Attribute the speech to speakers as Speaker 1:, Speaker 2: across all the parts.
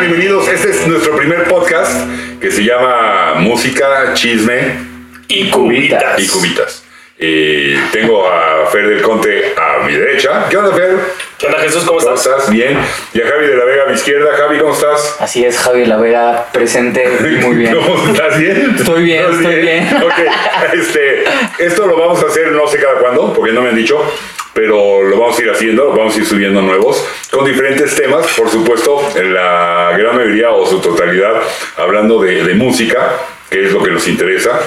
Speaker 1: Bienvenidos. Este es nuestro primer podcast que se llama Música, Chisme
Speaker 2: Y cubitas.
Speaker 1: Y cubitas. Eh, tengo a Fer del Conte a mi derecha. ¿Qué onda, Fer?
Speaker 2: ¿Qué onda, Jesús? ¿Cómo
Speaker 1: ¿Cómo
Speaker 2: estás?
Speaker 1: estás? Bien. Y a Javi de la Vega a mi izquierda. Javi, ¿cómo estás?
Speaker 3: Así es, Javi Lavera, presente y muy bien.
Speaker 1: ¿Cómo estás? ¿Bien?
Speaker 3: Estoy bien,
Speaker 1: ¿Estás
Speaker 3: estoy bien.
Speaker 1: Ok, este, esto lo vamos a hacer no sé cada cuándo, porque no me han dicho, pero lo vamos a ir haciendo, vamos a ir subiendo nuevos, con diferentes temas, por supuesto, en la gran mayoría o su totalidad, hablando de, de música, que es lo que nos interesa.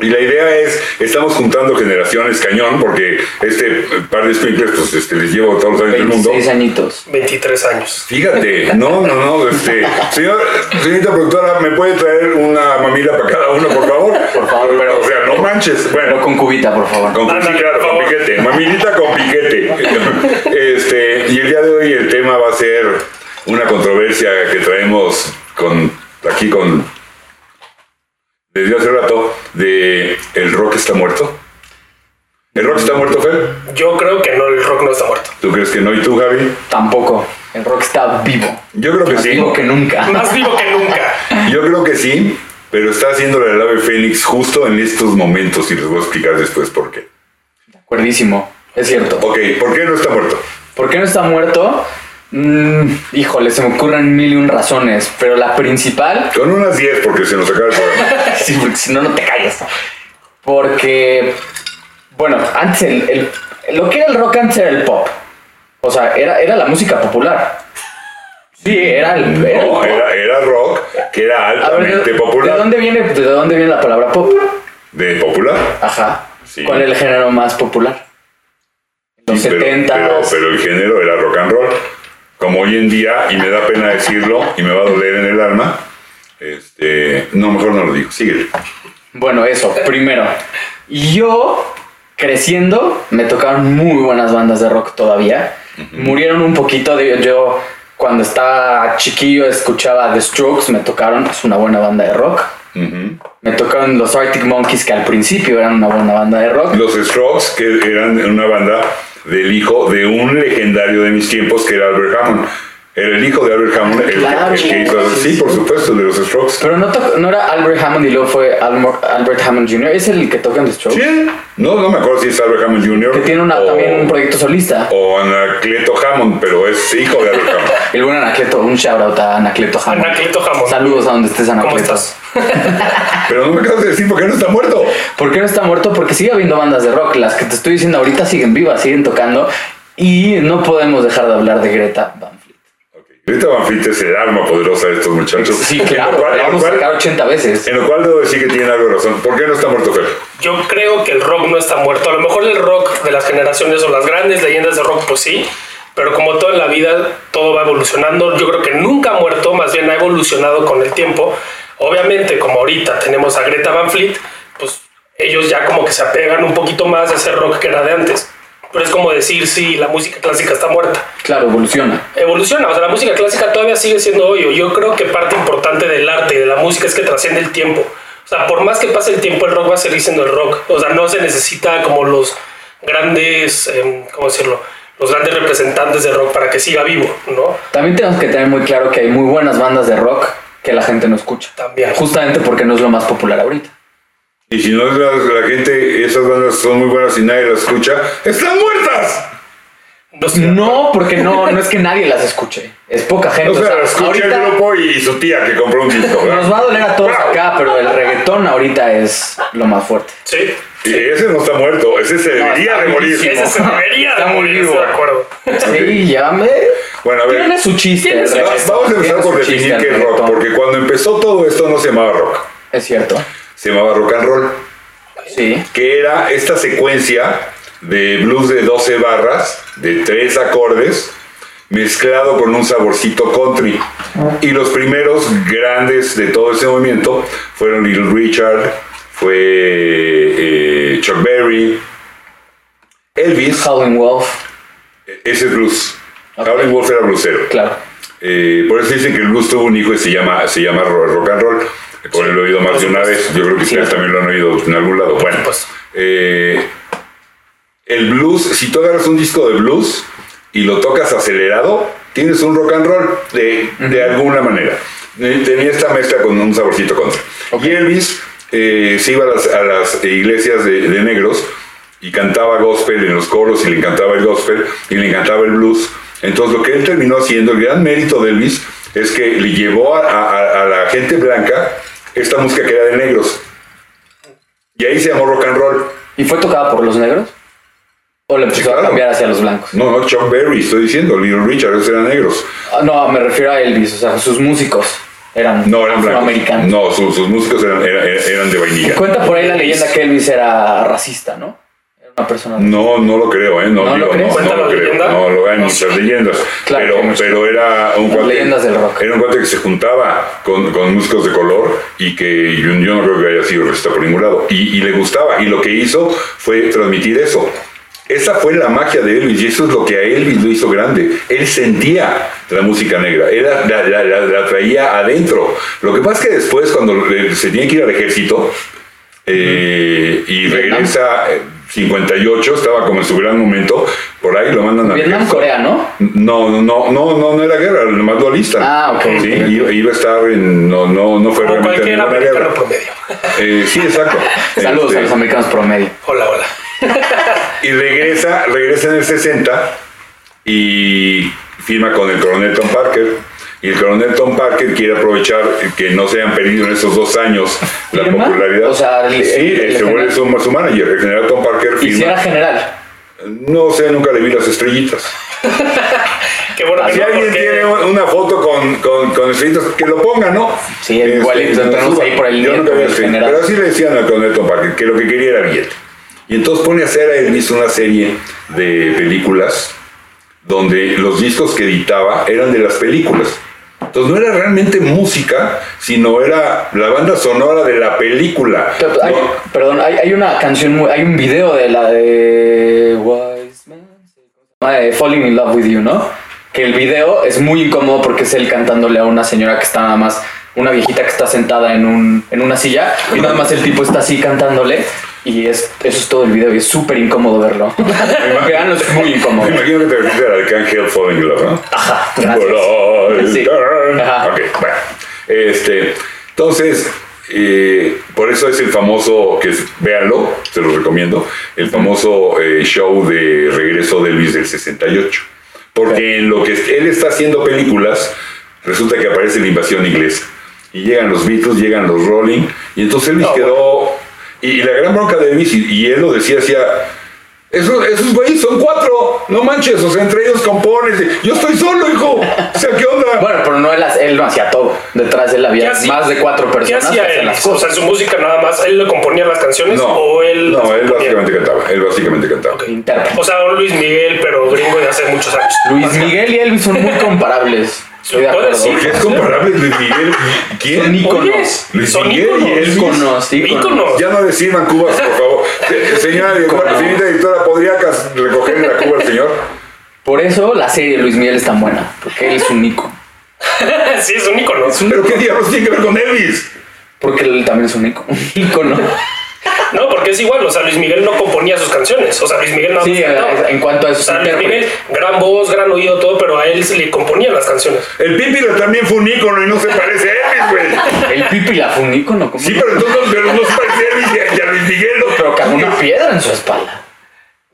Speaker 1: Y la idea es, estamos juntando generaciones cañón, porque este par de sprinklers, pues este, les llevo todos los años del mundo.
Speaker 3: 26 añitos.
Speaker 2: 23 años.
Speaker 1: Fíjate, no, no, no, este, señor, señorita productora, ¿me puede traer una mamila para cada uno, por favor?
Speaker 3: Por favor, pero-
Speaker 1: o sea, no manches, bueno,
Speaker 3: Pero con cubita, por favor.
Speaker 1: con,
Speaker 2: Ándale,
Speaker 1: sí, claro,
Speaker 2: por
Speaker 1: con
Speaker 2: favor.
Speaker 1: piquete, mamilita con piquete. Este, y el día de hoy el tema va a ser una controversia que traemos con, aquí con, desde hace rato, de ¿el rock está muerto? ¿El rock está muerto, Fer?
Speaker 2: Yo creo que no, el rock no está muerto.
Speaker 1: ¿Tú crees que no? ¿Y tú, Javi?
Speaker 3: Tampoco. El rock está vivo.
Speaker 1: Yo creo que
Speaker 3: Más
Speaker 1: sí.
Speaker 3: vivo que nunca.
Speaker 2: Más vivo que nunca.
Speaker 1: Yo creo que sí, pero está haciendo el ave Fénix justo en estos momentos y les voy a explicar después por qué.
Speaker 3: Cuerdísimo. Es cierto.
Speaker 1: Ok, ¿por qué no está muerto?
Speaker 3: ¿Por qué no está muerto? Mm, híjole, se me ocurren mil y un razones, pero la principal
Speaker 1: Con unas 10 porque se nos acaba el programa.
Speaker 3: Sí, porque si no, no te calles. Porque, bueno, antes el, el- lo que era el rock antes era el pop. O sea, era, era la música popular. Sí, era el, era el
Speaker 1: No,
Speaker 3: pop.
Speaker 1: era, era rock que era
Speaker 3: A ver,
Speaker 1: altamente
Speaker 3: ¿de,
Speaker 1: popular.
Speaker 3: ¿de dónde viene, ¿De dónde viene la palabra pop?
Speaker 1: ¿De popular?
Speaker 3: Ajá.
Speaker 1: Sí.
Speaker 3: ¿Cuál es el género más popular? Los
Speaker 1: Sí, pero-
Speaker 3: 70
Speaker 1: Pero, pero el género era rock and roll. Como hoy en día, y me da pena decirlo, y me va a doler en el alma. Este, no, mejor no lo digo. Sigue.
Speaker 3: Bueno, eso, primero. Yo, creciendo, me tocaron muy buenas bandas de rock todavía. Murieron un poquito. de- yo, cuando estaba chiquillo, escuchaba The Strokes, me tocaron, es una buena banda de rock. Me tocaron los Arctic Monkeys, que al principio eran una buena banda de rock.
Speaker 1: Los Strokes, que eran una banda del hijo de un legendario de mis tiempos, que era Albert Hammond. Era el hijo de Albert Hammond, el,
Speaker 3: Claro.
Speaker 1: el que hizo... Sí, por supuesto, de los Strokes.
Speaker 3: Pero no, to- no era Albert Hammond y luego fue Almo- Albert Hammond Jr., es el que toca en The Strokes.
Speaker 1: Sí, No, no me acuerdo si es Albert Hammond Jr.
Speaker 3: Que tiene una-
Speaker 1: o,
Speaker 3: también un proyecto solista.
Speaker 1: o Anacleto Hammond, pero es hijo de Albert Hammond.
Speaker 3: El buen Anacleto, un shout out a Anacleto Hammond.
Speaker 2: Anacleto Hammond.
Speaker 3: Saludos a donde estés, Anacleto.
Speaker 2: ¿Cómo estás?
Speaker 1: Pero no me acabas de decir por qué no está muerto.
Speaker 3: ¿Por qué no está muerto? Porque sigue habiendo bandas de rock. Las que te estoy diciendo ahorita siguen vivas, siguen tocando. Y no podemos dejar de hablar de Greta Van Fleet.
Speaker 1: Greta Van Fleet es el arma poderosa de estos muchachos.
Speaker 3: Sí,
Speaker 1: En lo
Speaker 3: claro,
Speaker 1: cual-
Speaker 3: la
Speaker 1: en, lo
Speaker 3: vamos a sacar
Speaker 1: cual,
Speaker 3: 80 veces.
Speaker 2: Eh.
Speaker 1: en lo cual debo decir que tienen algo de razón. ¿Por qué no está muerto, Fer?
Speaker 2: Yo creo que el rock no está muerto. A lo mejor el rock de las generaciones o las grandes leyendas de rock, pues sí. Pero como todo en la vida, todo va evolucionando. Yo creo que nunca ha muerto, más bien ha evolucionado con el tiempo. Obviamente, como ahorita tenemos a Greta Van Fleet, pues ellos ya como que se apegan un poquito más a ese rock que era de antes. Pero es como decir, sí, la música clásica está muerta.
Speaker 3: Claro, evoluciona.
Speaker 2: evoluciona. O sea, la música clásica todavía sigue siendo hoy. Yo creo que parte importante del arte y de la música es que trasciende el tiempo. O sea, por más que pase el tiempo, el rock va a seguir siendo el rock. O sea, no se necesita como los grandes, em, ¿cómo decirlo? Los grandes representantes del rock para que siga vivo, ¿no?
Speaker 3: También tenemos que tener muy claro que hay muy buenas bandas de rock que la gente no escucha.
Speaker 2: También.
Speaker 3: Justamente porque no es lo más popular ahorita.
Speaker 1: Y si no es la, la gente, esas bandas son muy buenas y nadie las escucha, ¡están muertas!
Speaker 2: No, sé.
Speaker 3: No, porque no, no es que nadie las escuche. Es poca gente.
Speaker 1: O
Speaker 3: o sea,
Speaker 1: sea, escuché el
Speaker 3: ahorita
Speaker 1: grupo y su tía que compró un disco. ¿verdad?
Speaker 3: nos va a doler a todos
Speaker 1: Bravo.
Speaker 3: acá, pero el reggaetón ahorita es lo más fuerte.
Speaker 2: Sí.
Speaker 1: Y ese no está muerto, ese se
Speaker 3: No,
Speaker 1: debería
Speaker 3: está
Speaker 1: de morir.
Speaker 3: vivísimo.
Speaker 2: Ese se debería.
Speaker 3: Está
Speaker 2: de
Speaker 3: muy
Speaker 2: morir,
Speaker 3: vivo.
Speaker 2: estoy de acuerdo.
Speaker 3: Sí, ya me.
Speaker 1: Bueno, a ver.
Speaker 3: Tiene su chiste. el
Speaker 2: Tiene su
Speaker 1: Va-
Speaker 3: reggaetón.
Speaker 1: Vamos a empezar
Speaker 3: Tiene
Speaker 1: por
Speaker 3: su chiste
Speaker 1: definir
Speaker 3: el
Speaker 1: qué es rock,
Speaker 3: reggaetón.
Speaker 1: porque cuando empezó todo esto no se llamaba rock,
Speaker 3: Es cierto.
Speaker 1: se llamaba rock and roll.
Speaker 3: Sí.
Speaker 1: que era esta secuencia de blues de 12 barras, de tres acordes, mezclado con un saborcito country.
Speaker 3: Ah.
Speaker 1: Y los primeros grandes de todo ese movimiento fueron Little Richard, fue eh, Chuck Berry, Elvis,
Speaker 3: Howling Wolf.
Speaker 1: ese es blues.
Speaker 3: Ah. Ok.
Speaker 1: Howlin' Wolf era blusero.
Speaker 3: Claro.
Speaker 1: Eh, por eso dicen que el blues tuvo un hijo y se llama, se llama ro- rock and roll. Por el oído más de una vez. Yo creo que ustedes
Speaker 3: Sí.
Speaker 1: también lo han oído en algún lado. Bueno,
Speaker 2: supuesto.
Speaker 1: eh, el blues, si tú agarras un disco de blues y lo tocas acelerado, tienes un rock and roll de, de alguna manera. Eh, Tenía esta mezcla con un saborcito contra. Y Elvis eh, se iba a las, a las iglesias de, de negros y cantaba gospel en los coros y le encantaba el gospel y le encantaba el blues. Entonces lo que él terminó haciendo, el gran mérito de Elvis, es que le llevó a, a- a la gente blanca esta música que era de negros. Y ahí se llamó rock and roll.
Speaker 3: ¿Y fue tocada por los negros? ¿O le empezó
Speaker 1: claro.
Speaker 3: a cambiar hacia los blancos?
Speaker 1: No, no, Chuck Berry, estoy diciendo, Little Richard, esos eran negros.
Speaker 3: Ah, No, me refiero a Elvis, o sea, sus músicos eran,
Speaker 1: No, eran blancos.
Speaker 3: afroamericanos.
Speaker 1: No, su- sus músicos eran, eran- eran de vainilla.
Speaker 3: Cuenta por ahí la leyenda que Elvis era racista, ¿no? Era una persona.
Speaker 1: No, no lo creo, ¿eh? No,
Speaker 3: ¿No lo
Speaker 1: digo,
Speaker 3: crees?
Speaker 1: no,
Speaker 2: ¿Cuenta
Speaker 1: no lo
Speaker 2: la
Speaker 1: creo.
Speaker 2: leyenda?
Speaker 1: No, lo hay
Speaker 2: No
Speaker 1: muchas
Speaker 2: sé.
Speaker 1: leyendas.
Speaker 3: Claro que hay
Speaker 1: pero,
Speaker 3: muchas.
Speaker 1: pero era un cuate.
Speaker 3: leyendas del rock.
Speaker 1: Era un cuate que se juntaba con, con músicos de color y que yo, yo no creo que haya sido racista por ningún lado. Y, y le gustaba. Y lo que hizo fue transmitir eso. Esa fue la magia de Elvis y eso es lo que a Elvis lo hizo grande. Él sentía la música negra, él la, la- la- la- la traía adentro. Lo que pasa es que después, cuando eh, se tiene que ir al ejército, eh, y
Speaker 3: Vietnam.
Speaker 1: regresa eh, 58, estaba como en su gran momento, por ahí lo mandan a
Speaker 3: Vietnam, Corea, ¿no?
Speaker 1: No, no, no, no, no, no era guerra, nomás lo alistan.
Speaker 3: Ah, ok.
Speaker 1: Sí, iba, iba a estar en, no, no, no fue
Speaker 2: Como
Speaker 1: realmente
Speaker 2: cualquier
Speaker 1: ninguna guerra.
Speaker 2: americano promedio.
Speaker 1: Eh, sí, exacto.
Speaker 3: Saludos
Speaker 1: Este,
Speaker 3: a los americanos promedio.
Speaker 2: Hola, hola.
Speaker 1: y regresa, regresa en el 60 y firma con el coronel Tom Parker. Y el coronel Tom Parker quiere aprovechar que no se hayan perdido en esos dos años la
Speaker 3: ¿Firma?
Speaker 1: popularidad.
Speaker 3: O sea, el-
Speaker 1: sí,
Speaker 3: el-
Speaker 1: eh,
Speaker 3: el
Speaker 1: se vuelve su,
Speaker 3: general.
Speaker 1: su manager, el general Tom Parker
Speaker 3: Y si
Speaker 1: firma.
Speaker 3: era general.
Speaker 1: No sé, nunca le vi las estrellitas.
Speaker 2: Qué bueno. que
Speaker 1: Si
Speaker 2: no,
Speaker 1: alguien
Speaker 2: porque-
Speaker 1: tiene un- una foto con, con, con estrellitas, que lo ponga, ¿no? Este,
Speaker 3: Sí, igualito,
Speaker 1: lo
Speaker 3: tenemos
Speaker 1: suba.
Speaker 3: ahí por el
Speaker 1: Yo
Speaker 3: nieto
Speaker 1: nunca vi
Speaker 3: del
Speaker 1: las
Speaker 3: general.
Speaker 1: estrellitas, Pero así le decían al coronel Tom Parker, que lo que quería era billete. Y entonces pone a hacer a Elvis una serie de películas donde los discos que editaba eran de las películas. Entonces no era realmente música, sino era la banda sonora de la película.
Speaker 3: Pero, pues, hay-
Speaker 1: No-
Speaker 3: Perdón, hay, hay una canción, muy- hay un video de la de Wise Man, sí, ¿cómo se llama? de Falling in Love with You, ¿no? Que el video es muy incómodo porque es él cantándole a una señora que está nada más, una viejita que está sentada en, un, en una silla y nada más el tipo está así cantándole y es, eso es todo el video y es súper incómodo verlo. Veanlo, es muy incómodo.
Speaker 1: Me imagino que te refieres al Arcángel Falling in Love, ¿no?
Speaker 3: Ajá,
Speaker 1: Color.
Speaker 3: Sí. Ajá.
Speaker 1: Ok, bueno. Este, entonces, eh, por eso es el famoso, que es- véanlo, se lo recomiendo, el famoso eh, show de regreso de Elvis del 68. Porque en lo que él está haciendo películas, resulta que aparece la invasión inglesa. Y llegan los Beatles, llegan los Rolling, y entonces Elvis
Speaker 2: No,
Speaker 1: quedó... Y, y la gran bronca de Elvis, y, y él lo decía, hacía... Esos, esos güeyes son cuatro, no manches, o sea, entre ellos compones. Yo estoy solo, hijo. O sea, ¿qué onda?
Speaker 3: Bueno, pero no él, él no hacía todo. Detrás de él
Speaker 2: ¿Qué
Speaker 3: había
Speaker 2: hacía-
Speaker 3: más de cuatro
Speaker 2: ¿Qué
Speaker 3: personas que
Speaker 2: hacía
Speaker 3: hacían
Speaker 2: él?
Speaker 3: las
Speaker 2: O
Speaker 3: cosas.
Speaker 2: sea, su música nada más. ¿Él le componía las canciones o él.? las
Speaker 1: no, él
Speaker 2: componía?
Speaker 1: básicamente cantaba. Él básicamente cantaba.
Speaker 2: Ok.
Speaker 3: Intérprete.
Speaker 2: O sea, un Luis Miguel, pero gringo de hace muchos años.
Speaker 3: Luis Miguel y Elvis son muy comparables. Estoy de
Speaker 2: puede
Speaker 3: acuerdo.
Speaker 2: ser.
Speaker 1: ¿Por qué es comparable Luis Miguel?
Speaker 3: Son
Speaker 1: ¿Quién?
Speaker 3: íconos.
Speaker 1: Luis
Speaker 2: Son
Speaker 1: Miguel y
Speaker 2: íconos.
Speaker 1: Elvis.
Speaker 3: Íconos, íconos.
Speaker 2: Íconos.
Speaker 1: Ya no le sirvan cubas, por favor. Se- Señora directora,
Speaker 3: Íconos.
Speaker 1: señorita directora, ¿podría cas- recogerle la cuba al señor?
Speaker 3: Por eso la serie de Luis Miguel es tan buena. Porque él es un ícono.
Speaker 2: sí, es un ícono.
Speaker 3: Es un-
Speaker 1: ¿Pero qué diablos tiene que ver con Elvis?
Speaker 3: Porque él también es un ícono. Un ícono.
Speaker 2: No, porque es igual. O sea, Luis Miguel no componía sus canciones. O sea, Luis Miguel nada más
Speaker 3: Sí, eh,
Speaker 2: cantaba.
Speaker 3: en cuanto a
Speaker 2: O
Speaker 3: esos
Speaker 2: sea, Luis Miguel,
Speaker 3: intérpretes.
Speaker 2: gran voz, gran oído, todo, pero a él se le componían las canciones.
Speaker 1: El Pípila también fue un ícono y no se parece a Elvis, güey.
Speaker 3: El Pipila fue un ícono. ¿cómo
Speaker 1: Sí,
Speaker 3: no?
Speaker 1: pero entonces pero no se parece a Elvis y a- y a Luis Miguel. ¿no?
Speaker 3: Pero cagó una piedra en su espalda.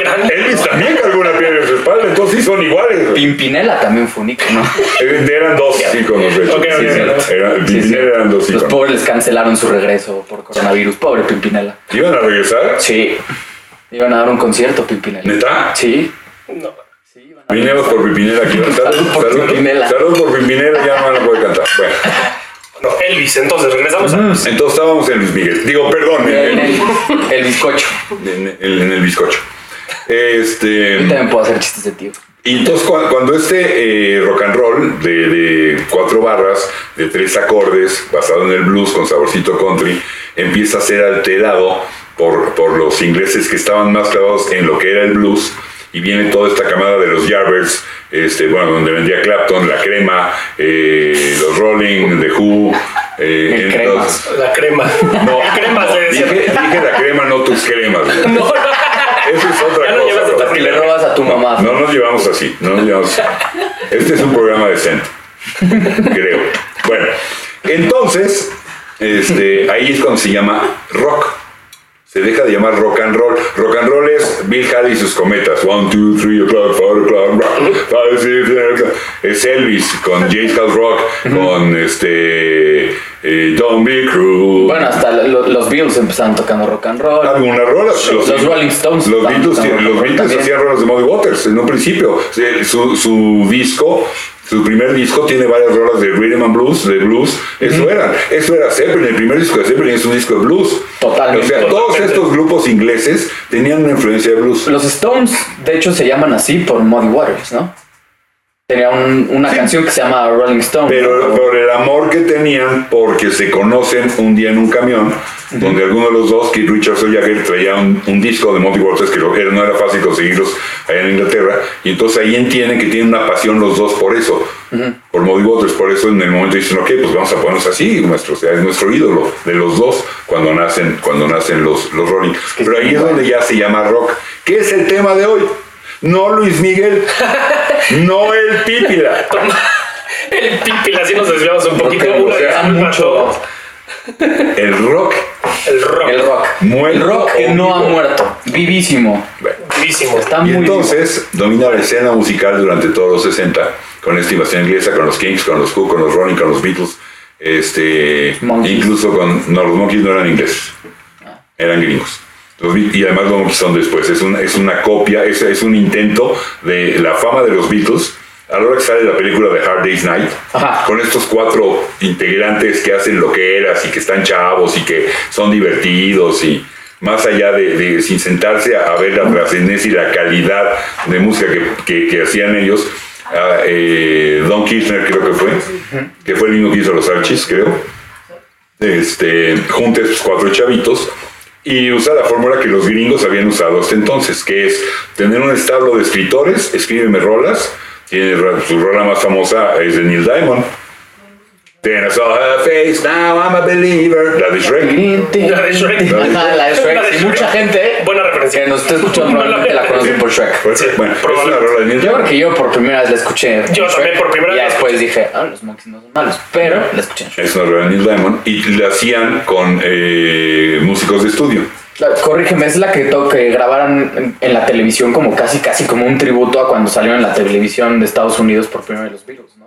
Speaker 2: Gran
Speaker 1: Elvis también cargó una piedra en su espalda, entonces sí son iguales. güey.
Speaker 3: Pimpinela también fue un ícono.
Speaker 1: Eh, Eran dos íconos, de hecho.
Speaker 2: Ok, ok,
Speaker 1: Sí, sí,
Speaker 2: ok.
Speaker 1: era-
Speaker 3: Sí, sí.
Speaker 1: Pimpinela eran dos
Speaker 3: Los
Speaker 1: íconos.
Speaker 3: pobres les cancelaron su regreso por coronavirus. Pobre Pimpinela.
Speaker 1: ¿Iban a regresar?
Speaker 3: Sí. Iban a dar un concierto, Pimpinela.
Speaker 1: ¿Neta?
Speaker 3: Sí.
Speaker 2: No.
Speaker 1: Pineros por Pimpinela. aquí. Salud
Speaker 3: por
Speaker 1: salud.
Speaker 3: Pimpinela.
Speaker 1: Salud por Pimpinela, ya no van a poder cantar. Bueno,
Speaker 2: No, Elvis, entonces regresamos a Elvis.
Speaker 1: entonces estábamos en Luis Miguel. Digo, perdón,
Speaker 3: El,
Speaker 1: en, en-
Speaker 3: el- el bizcocho.
Speaker 1: en- en- en el bizcocho. Este,
Speaker 3: Yo también puedo hacer chistes de tío.
Speaker 1: y entonces cu- cuando, este eh, rock and roll de, de cuatro barras, de tres acordes, basado en el blues con saborcito country, empieza a ser alterado por, por los ingleses que estaban más clavados en lo que era el blues, y viene toda esta camada de los Yardbirds, este, bueno, donde vendía Clapton, La Crema, eh, los Rolling, The Who. eh,
Speaker 3: El
Speaker 1: entonces-
Speaker 2: La crema.
Speaker 1: No,
Speaker 2: cremas,
Speaker 1: no,
Speaker 2: le decía.
Speaker 1: dije, dije la crema, no tus cremas. güey.
Speaker 2: No, no.
Speaker 1: Eso es otra
Speaker 2: Ya lo
Speaker 1: cosa.
Speaker 2: llevaste
Speaker 1: bro.
Speaker 2: tan
Speaker 3: y le robas a tu mamá.
Speaker 1: No nos llevamos así, no nos llevamos así. Este es un programa decente, creo. Bueno, entonces, este, ahí es cuando se llama rock. Se deja de llamar rock and roll. Rock and roll es Bill Haley y sus cometas. One, two, three o'clock, four o'clock, rock. Five, six, seven o'clock. Es Elvis con James House Rock, con este. eh, Don't be cruel.
Speaker 3: Bueno, hasta lo- los Beatles empezaron tocando rock and roll.
Speaker 1: algunas rolas. Los,
Speaker 3: Los Rolling Stones
Speaker 1: Los
Speaker 3: estaban
Speaker 1: Beatles,
Speaker 3: tocando
Speaker 1: los
Speaker 3: rock
Speaker 1: Beatles
Speaker 3: también.
Speaker 1: hacían rolas de Muddy Waters en un principio. Se- Su, su disco, su primer disco tiene varias rolas de rhythm and blues, de blues. Eso eran. Eso era Zeppelin. El primer disco de Zeppelin es un disco de blues.
Speaker 3: Totalmente.
Speaker 1: O sea, todos
Speaker 2: Totalmente.
Speaker 1: estos grupos ingleses tenían una influencia de blues.
Speaker 3: Los Stones, de hecho, se llaman así por Muddy Waters, ¿no? Tenía un- una canción que se llama Rolling Stone.
Speaker 1: Pero
Speaker 3: ¿no?
Speaker 1: por el amor que tenían, porque se conocen un día en un camión, donde alguno de los dos, Keith Richards o Jagger, traía un, un disco de Monty Waters que lo- era- no era fácil conseguirlos allá en Inglaterra, y entonces ahí entienden que tienen una pasión los dos por eso, por Monty Waters, por eso en el momento dicen, ok, pues vamos a ponernos así, nuestro, o sea, es nuestro ídolo de los dos cuando nacen, cuando nacen los, los Rolling. Pero ahí es donde ya se llama rock, que es el tema de hoy. No Luis Miguel, no el Pípila.
Speaker 2: El pipil, así nos desviamos un poquito.
Speaker 3: Porque,
Speaker 2: Una
Speaker 3: o sea,
Speaker 2: disculpa a
Speaker 3: mucho-
Speaker 2: todos.
Speaker 1: El rock
Speaker 2: El rock.
Speaker 3: El rock.
Speaker 1: Muerto
Speaker 3: el rock que
Speaker 1: o
Speaker 3: no
Speaker 1: vivo.
Speaker 3: ha muerto. Vivísimo.
Speaker 1: Bueno,
Speaker 2: Vivísimo.
Speaker 3: Está
Speaker 1: y
Speaker 3: muy
Speaker 1: entonces domina la escena musical durante todos los 60, con esta invasión inglesa, con los Kings, con los Who, con los Rolling, con los Beatles, este,
Speaker 3: Monkeys.
Speaker 1: incluso con... No, los Monkeys no eran ingleses, eran gringos. Los Beat- y además los Monkeys son después, es una, es una copia, es, es un intento de la fama de los Beatles. A la hora que sale la película de Hard Day's Night,
Speaker 3: Ajá.
Speaker 1: con estos cuatro integrantes que hacen lo que eras y que están chavos y que son divertidos y más allá de, de- sin sentarse a, a ver la trascendencia y la calidad de música que, que- que hacían ellos, ah, eh, Don Kirchner creo que fue, que fue el mismo que hizo los Archies, creo este, junta estos cuatro chavitos y usa la fórmula que los gringos habían usado hasta entonces, que es tener un establo de escritores, escríbeme rolas, tiene ra- su rola más famosa es de Neil Diamond. Then I saw her face, now I'm a believer. La de Shrek.
Speaker 2: La de Shrek.
Speaker 3: Ajá, la de Shrek.
Speaker 2: La de
Speaker 3: Y
Speaker 2: Shrek.
Speaker 3: mucha gente
Speaker 2: Buena referencia.
Speaker 3: que nos está escuchando probablemente la conoce por Shrek.
Speaker 1: Pues,
Speaker 2: Sí,
Speaker 1: bueno, es
Speaker 2: probable.
Speaker 1: una rola de Neil
Speaker 3: Yo
Speaker 1: Diamond.
Speaker 3: creo que yo por primera vez la escuché. en
Speaker 2: Yo
Speaker 3: Shrek,
Speaker 2: también por primera
Speaker 3: Y ya
Speaker 2: vez.
Speaker 3: después dije, ah, los monkeys no son malos. Pero la escuché en Shrek.
Speaker 1: Es una rola de Neil Diamond y la hacían con eh, músicos de estudio.
Speaker 3: La- Corrígeme, es la que, to- que grabaron en, en la televisión como casi, casi como un tributo a cuando salió en la televisión de Estados Unidos por primera vez los Beatles, ¿no?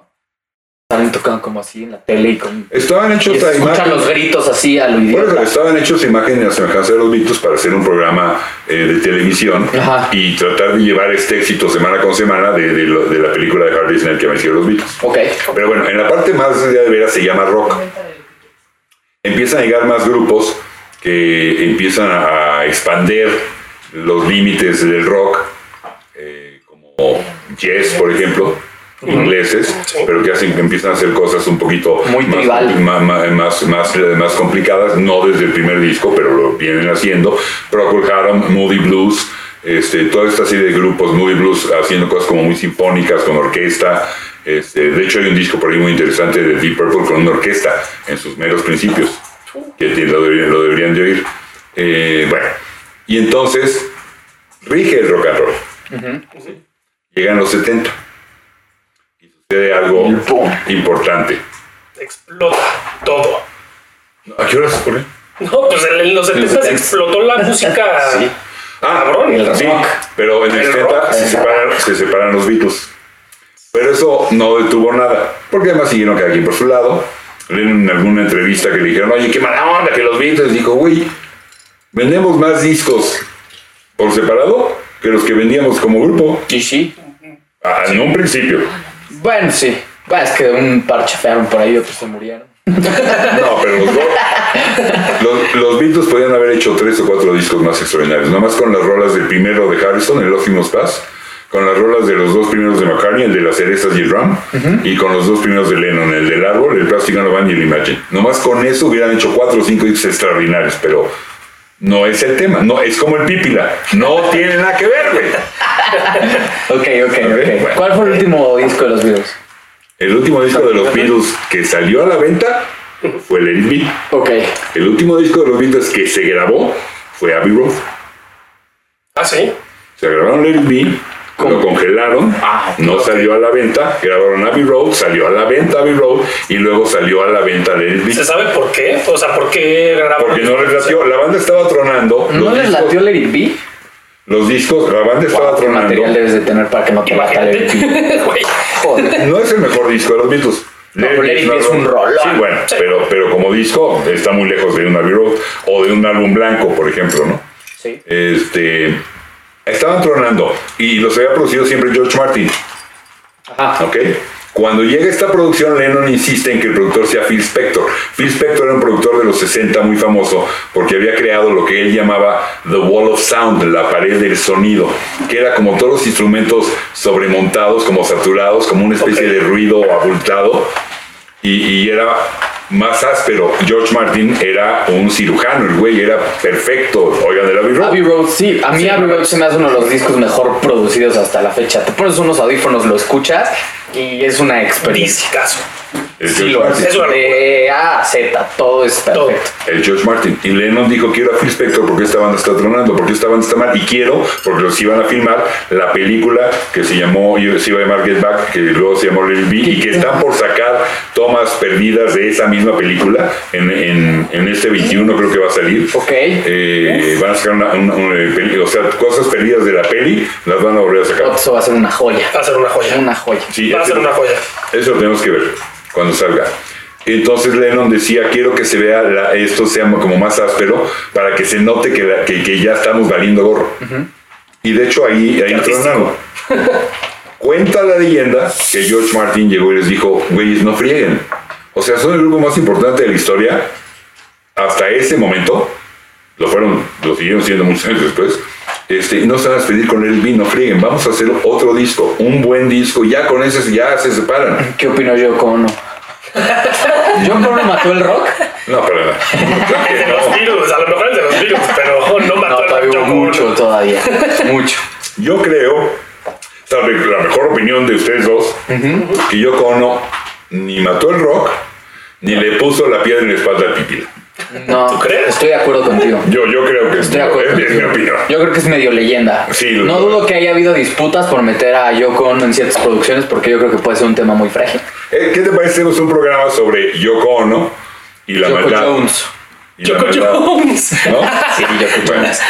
Speaker 3: Salen tocando como así en la tele y, con,
Speaker 1: Estaban
Speaker 3: y
Speaker 1: hechos a
Speaker 3: escuchan
Speaker 1: imagen-
Speaker 3: los gritos así a lo
Speaker 1: Por eso,
Speaker 3: idiota.
Speaker 1: estaban hechos imágenes a semejanza de los Beatles para hacer un programa eh, de televisión
Speaker 3: Ajá.
Speaker 1: y tratar de llevar este éxito semana con semana de, de lo- de la película de Hard Day's Night que me hicieron los Beatles.
Speaker 3: Ok.
Speaker 1: Pero bueno, en la parte más de veras se llama rock. Empiezan a llegar más grupos que empiezan a a expander los límites del rock, eh, como Yes, por ejemplo, ingleses, pero que hacen que empiezan a hacer cosas un poquito
Speaker 3: Muy
Speaker 1: más,
Speaker 3: tribal.
Speaker 1: ma- ma- más, más, más complicadas, no desde el primer disco, pero lo vienen haciendo. Procol Harum, Moody Blues, este, toda esta serie de grupos, Moody Blues haciendo cosas como muy sinfónicas, con orquesta. Este, de hecho, hay un disco por ahí muy interesante de Deep Purple con una orquesta en sus meros principios, que te- lo deberían, lo deberían de oír. Eh, bueno, y entonces rige el rock and roll. Llegan los 70 y sucede algo
Speaker 3: Y ¡pum!
Speaker 1: importante.
Speaker 2: Explota todo.
Speaker 1: ¿A qué hora se pone?
Speaker 2: No, pues en- en los 70 explotó la música.
Speaker 3: Sí.
Speaker 1: Ah,
Speaker 2: Cabrón, el
Speaker 1: sí,
Speaker 3: rock.
Speaker 1: Pero en el
Speaker 2: El
Speaker 1: 70
Speaker 2: rock.
Speaker 1: se separan, se separan los Beatles. Pero eso no detuvo nada, porque además siguieron cada quien por su lado. Lennon En alguna entrevista que le dijeron, oye, qué mala onda que los Beatles, dijo, güey, vendemos más discos por separado que los que vendíamos como grupo.
Speaker 3: ¿Y sí?
Speaker 1: Ah, En un principio.
Speaker 3: Bueno, sí. Bueno, es que un parche fearon por ahí, otros se murieron.
Speaker 1: No, pero los, Go- los, los Beatles podían haber hecho tres o cuatro discos más extraordinarios, nomás con las rolas del primero de Harrison, el Optimus Pass, con las rolas de los dos primeros de McCartney, el de las cerezas y el Ram, y con los dos primeros de Lennon, el del árbol, el Plastic Ono Band y el Imagine. Nomás con eso hubieran hecho cuatro o cinco discos extraordinarios, pero no es el tema, no es como el Pípila, no tiene nada que ver, güey.
Speaker 3: Ok, ok, ok.
Speaker 1: bueno.
Speaker 3: ¿Cuál fue el último disco de los Beatles?
Speaker 1: El último disco de los Beatles que salió a la venta fue Let It Be.
Speaker 3: Ok.
Speaker 1: El último disco de los Beatles que se grabó fue Abbey Road.
Speaker 2: Ah, sí.
Speaker 1: Se grabaron Let It Be,
Speaker 3: ¿Cómo?
Speaker 1: lo congelaron,
Speaker 3: Ah,
Speaker 1: no salió a la venta, grabaron Abbey Road, salió a la venta Abbey Road y luego salió a la venta Let It Be.
Speaker 2: ¿Se sabe por qué? O sea, ¿por qué grabaron?
Speaker 1: Porque no les latió, la banda estaba tronando.
Speaker 3: ¿No
Speaker 1: los
Speaker 3: les
Speaker 1: discos-
Speaker 3: latió Let It Be?
Speaker 1: Los discos, la banda estaba
Speaker 3: Wow, ¿Qué
Speaker 1: tronando.
Speaker 3: material debes de tener para que no te lata Let It Be?
Speaker 2: Imagínate, güey.
Speaker 3: Joder.
Speaker 1: No es el mejor disco de los Beatles.
Speaker 3: No, pero Let It Be es un rolón.
Speaker 1: Sí, bueno,
Speaker 2: Sí.
Speaker 1: Pero, pero como disco está muy lejos de un Abbey Road o de un álbum blanco, por ejemplo, ¿no?
Speaker 3: Sí.
Speaker 1: Este, estaban tronando y los había producido siempre George Martin,
Speaker 3: Ajá.
Speaker 1: ¿ok? Cuando llega esta producción, Lennon insiste en que el productor sea Phil Spector. Phil Spector era un productor de los 60 muy famoso porque había creado lo que él llamaba The Wall of Sound, la pared del sonido, que era como todos los instrumentos sobremontados, como saturados, como una especie
Speaker 2: Ok.
Speaker 1: de ruido abultado y, y era más áspero. George Martin era un cirujano, el güey era perfecto. Oigan, el Abbey Road.
Speaker 3: Abbey Road, sí. A mí Abbey Road se me hace uno de los discos mejor producidos hasta la fecha. Te pones unos audífonos, lo escuchas y es una experiencia.
Speaker 2: Discazo.
Speaker 1: El
Speaker 3: Sí,
Speaker 1: George
Speaker 3: lo
Speaker 1: Martin.
Speaker 3: es.
Speaker 2: Es una locura.
Speaker 3: De A a Z, todo es
Speaker 2: Todo.
Speaker 3: perfecto.
Speaker 1: El George Martin. Y Lennon dijo, quiero a Phil Spector porque esta banda está tronando, porque esta banda está mal. Y quiero, porque los iban a filmar, la película que se llamó, se iba a llamar Get Back, que luego se llamó Little B, y que están por sacar tomas perdidas de esa misma película. En, en- en este 21 creo que va a salir.
Speaker 3: Ok.
Speaker 1: Eh, van a sacar una, una- una eh, peli- o sea, cosas perdidas de la peli, las van a volver a sacar.
Speaker 3: Eso va a ser una joya.
Speaker 2: Va a ser una joya.
Speaker 3: Una joya.
Speaker 1: Sí,
Speaker 2: Va a
Speaker 1: este-
Speaker 2: ser una joya.
Speaker 1: eso lo tenemos que ver cuando salga. Entonces Lennon decía, quiero que se vea la- esto sea como más áspero para que se note que, la- que- que ya estamos valiendo gorro. Y de hecho ahí, ahí
Speaker 2: artístico.
Speaker 1: tronaron. Cuenta la leyenda que George Martin llegó y les dijo, güeyes, no frieguen. O sea, son el grupo más importante de la historia. Hasta ese momento, lo fueron, lo siguieron siendo muchos años después. Este, no se van a despedir con el vino, frieguen, vamos a hacer otro disco, un buen disco, ya con ese ya se separan.
Speaker 3: ¿Qué opino yo con no? ¿Yo con no mató el rock?
Speaker 1: No, pero no. Claro
Speaker 2: Es
Speaker 1: que
Speaker 2: de los
Speaker 1: no.
Speaker 2: virus, a lo mejor es de los virus, pero no
Speaker 3: No,
Speaker 2: mató
Speaker 3: todavía
Speaker 2: Yoko
Speaker 3: hubo
Speaker 2: Ono.
Speaker 3: mucho todavía. Mucho.
Speaker 1: Yo creo, tal vez la mejor opinión de ustedes dos, que yo Ono ni mató el rock, ni le puso la piedra en la espalda al pipila.
Speaker 3: No,
Speaker 2: ¿Tú crees?
Speaker 3: estoy de acuerdo contigo.
Speaker 1: Yo, yo creo que
Speaker 3: Estoy de
Speaker 1: es,
Speaker 3: acuerdo
Speaker 1: es mi
Speaker 3: contigo.
Speaker 1: opinión.
Speaker 3: Yo creo que es medio leyenda.
Speaker 1: Sí, lo-
Speaker 3: no dudo que haya habido disputas por meter a Yoko Ono en ciertas producciones porque yo creo que puede ser un tema muy frágil.
Speaker 1: Eh, ¿Qué te parece? Hacemos un programa sobre Yoko Ono y la
Speaker 3: Yoko
Speaker 1: maldad.
Speaker 3: Jones.
Speaker 1: y la
Speaker 2: Yoko
Speaker 1: maldad,
Speaker 2: Jones.
Speaker 1: ¿No?
Speaker 3: Sí, Yoko
Speaker 1: Bueno,
Speaker 3: Jones.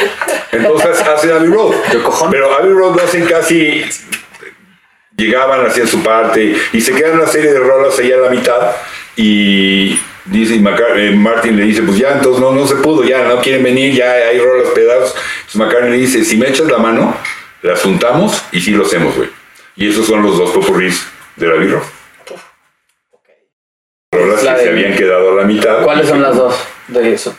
Speaker 1: entonces hacen Abbey Road.
Speaker 3: Yoko Ono.
Speaker 1: Pero Abbey Road lo hacen casi. Llegaban, hacían su parte y se quedan una serie de rolas allá a la mitad. Y dice y Maca- eh, Martin le dice: Pues ya, entonces no, no se pudo, ya no quieren venir, ya hay rolas pedazos. Entonces McCartney le dice: Si me echas la mano, las juntamos y sí lo hacemos, güey. Y esos son los dos popurrís de la Road. Rolas
Speaker 3: La
Speaker 1: que se
Speaker 3: de-
Speaker 1: habían quedado a la mitad.
Speaker 3: ¿Cuáles son las dos de eso?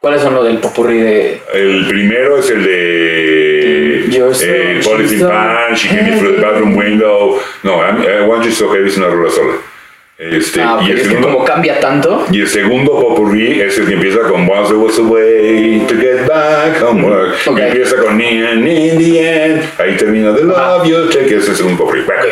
Speaker 3: ¿Cuáles son lo del popurrí de
Speaker 1: El primero es el de
Speaker 3: Mm, Yo soy-
Speaker 1: eh, Policy
Speaker 3: yo soy-
Speaker 1: Pan, She Came In Through the Bathroom Window. No, eh, I'm- I Want You So Heavy es una rola sola. Este,
Speaker 3: Ah, ok,
Speaker 1: y, el
Speaker 3: es que
Speaker 1: segundo,
Speaker 3: como cambia tanto.
Speaker 1: y el segundo popurrí es el que empieza con Once There Was a Way to Get Back Home.
Speaker 3: Mm, Ok.
Speaker 1: Y empieza con In, in the End. Ahí termina The Love You Check, que es el segundo popurrí. Bueno,
Speaker 2: Ok.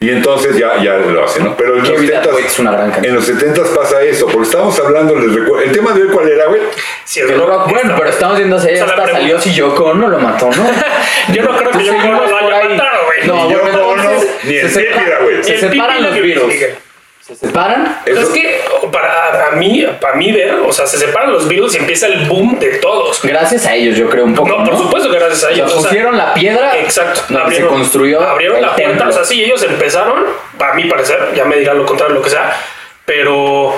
Speaker 1: Y entonces ya, ya lo hacen, ¿no? Pero en los
Speaker 3: Que Vida
Speaker 1: 70s
Speaker 3: es una gran
Speaker 1: en
Speaker 3: canción.
Speaker 1: los 70s pasa eso, porque estamos hablando, les recuerdo, el tema de hoy cuál era, güey.
Speaker 2: Si el
Speaker 3: El
Speaker 2: rock-
Speaker 3: rock, bueno, pero estamos viendo si
Speaker 2: sea,
Speaker 3: ella
Speaker 2: la
Speaker 3: hasta
Speaker 2: pregunta-
Speaker 3: salió si Yoko Ono lo mató, ¿no?
Speaker 2: Yo no creo que
Speaker 3: Entonces,
Speaker 2: Yoko Ono
Speaker 3: seguimos
Speaker 2: lo
Speaker 3: por
Speaker 2: haya
Speaker 3: ahí.
Speaker 2: matado, güey.
Speaker 3: No,
Speaker 1: Ni
Speaker 3: bueno,
Speaker 1: Yoko Ono,
Speaker 3: entonces
Speaker 1: ni el
Speaker 3: se
Speaker 1: Pepita,
Speaker 3: sepa-
Speaker 1: güey.
Speaker 3: Se
Speaker 2: El Pipila
Speaker 3: separan los
Speaker 2: que
Speaker 3: virus.
Speaker 2: Miguel.
Speaker 3: Se separan.
Speaker 1: Eso-
Speaker 2: Es que para, para mí, para mí ver, o sea, se separan los virus y empieza el boom de todos.
Speaker 3: Gracias a ellos, yo creo un poco.
Speaker 2: No, por supuesto que gracias a
Speaker 3: O sea,
Speaker 2: ellos. o sea,
Speaker 3: pusieron la piedra.
Speaker 2: Exacto.
Speaker 3: donde se construyó.
Speaker 2: Abrieron
Speaker 3: el
Speaker 2: la puerta.
Speaker 3: templo.
Speaker 2: O sea, sí, ellos empezaron, a mi parecer, ya me dirán lo contrario, lo que sea, pero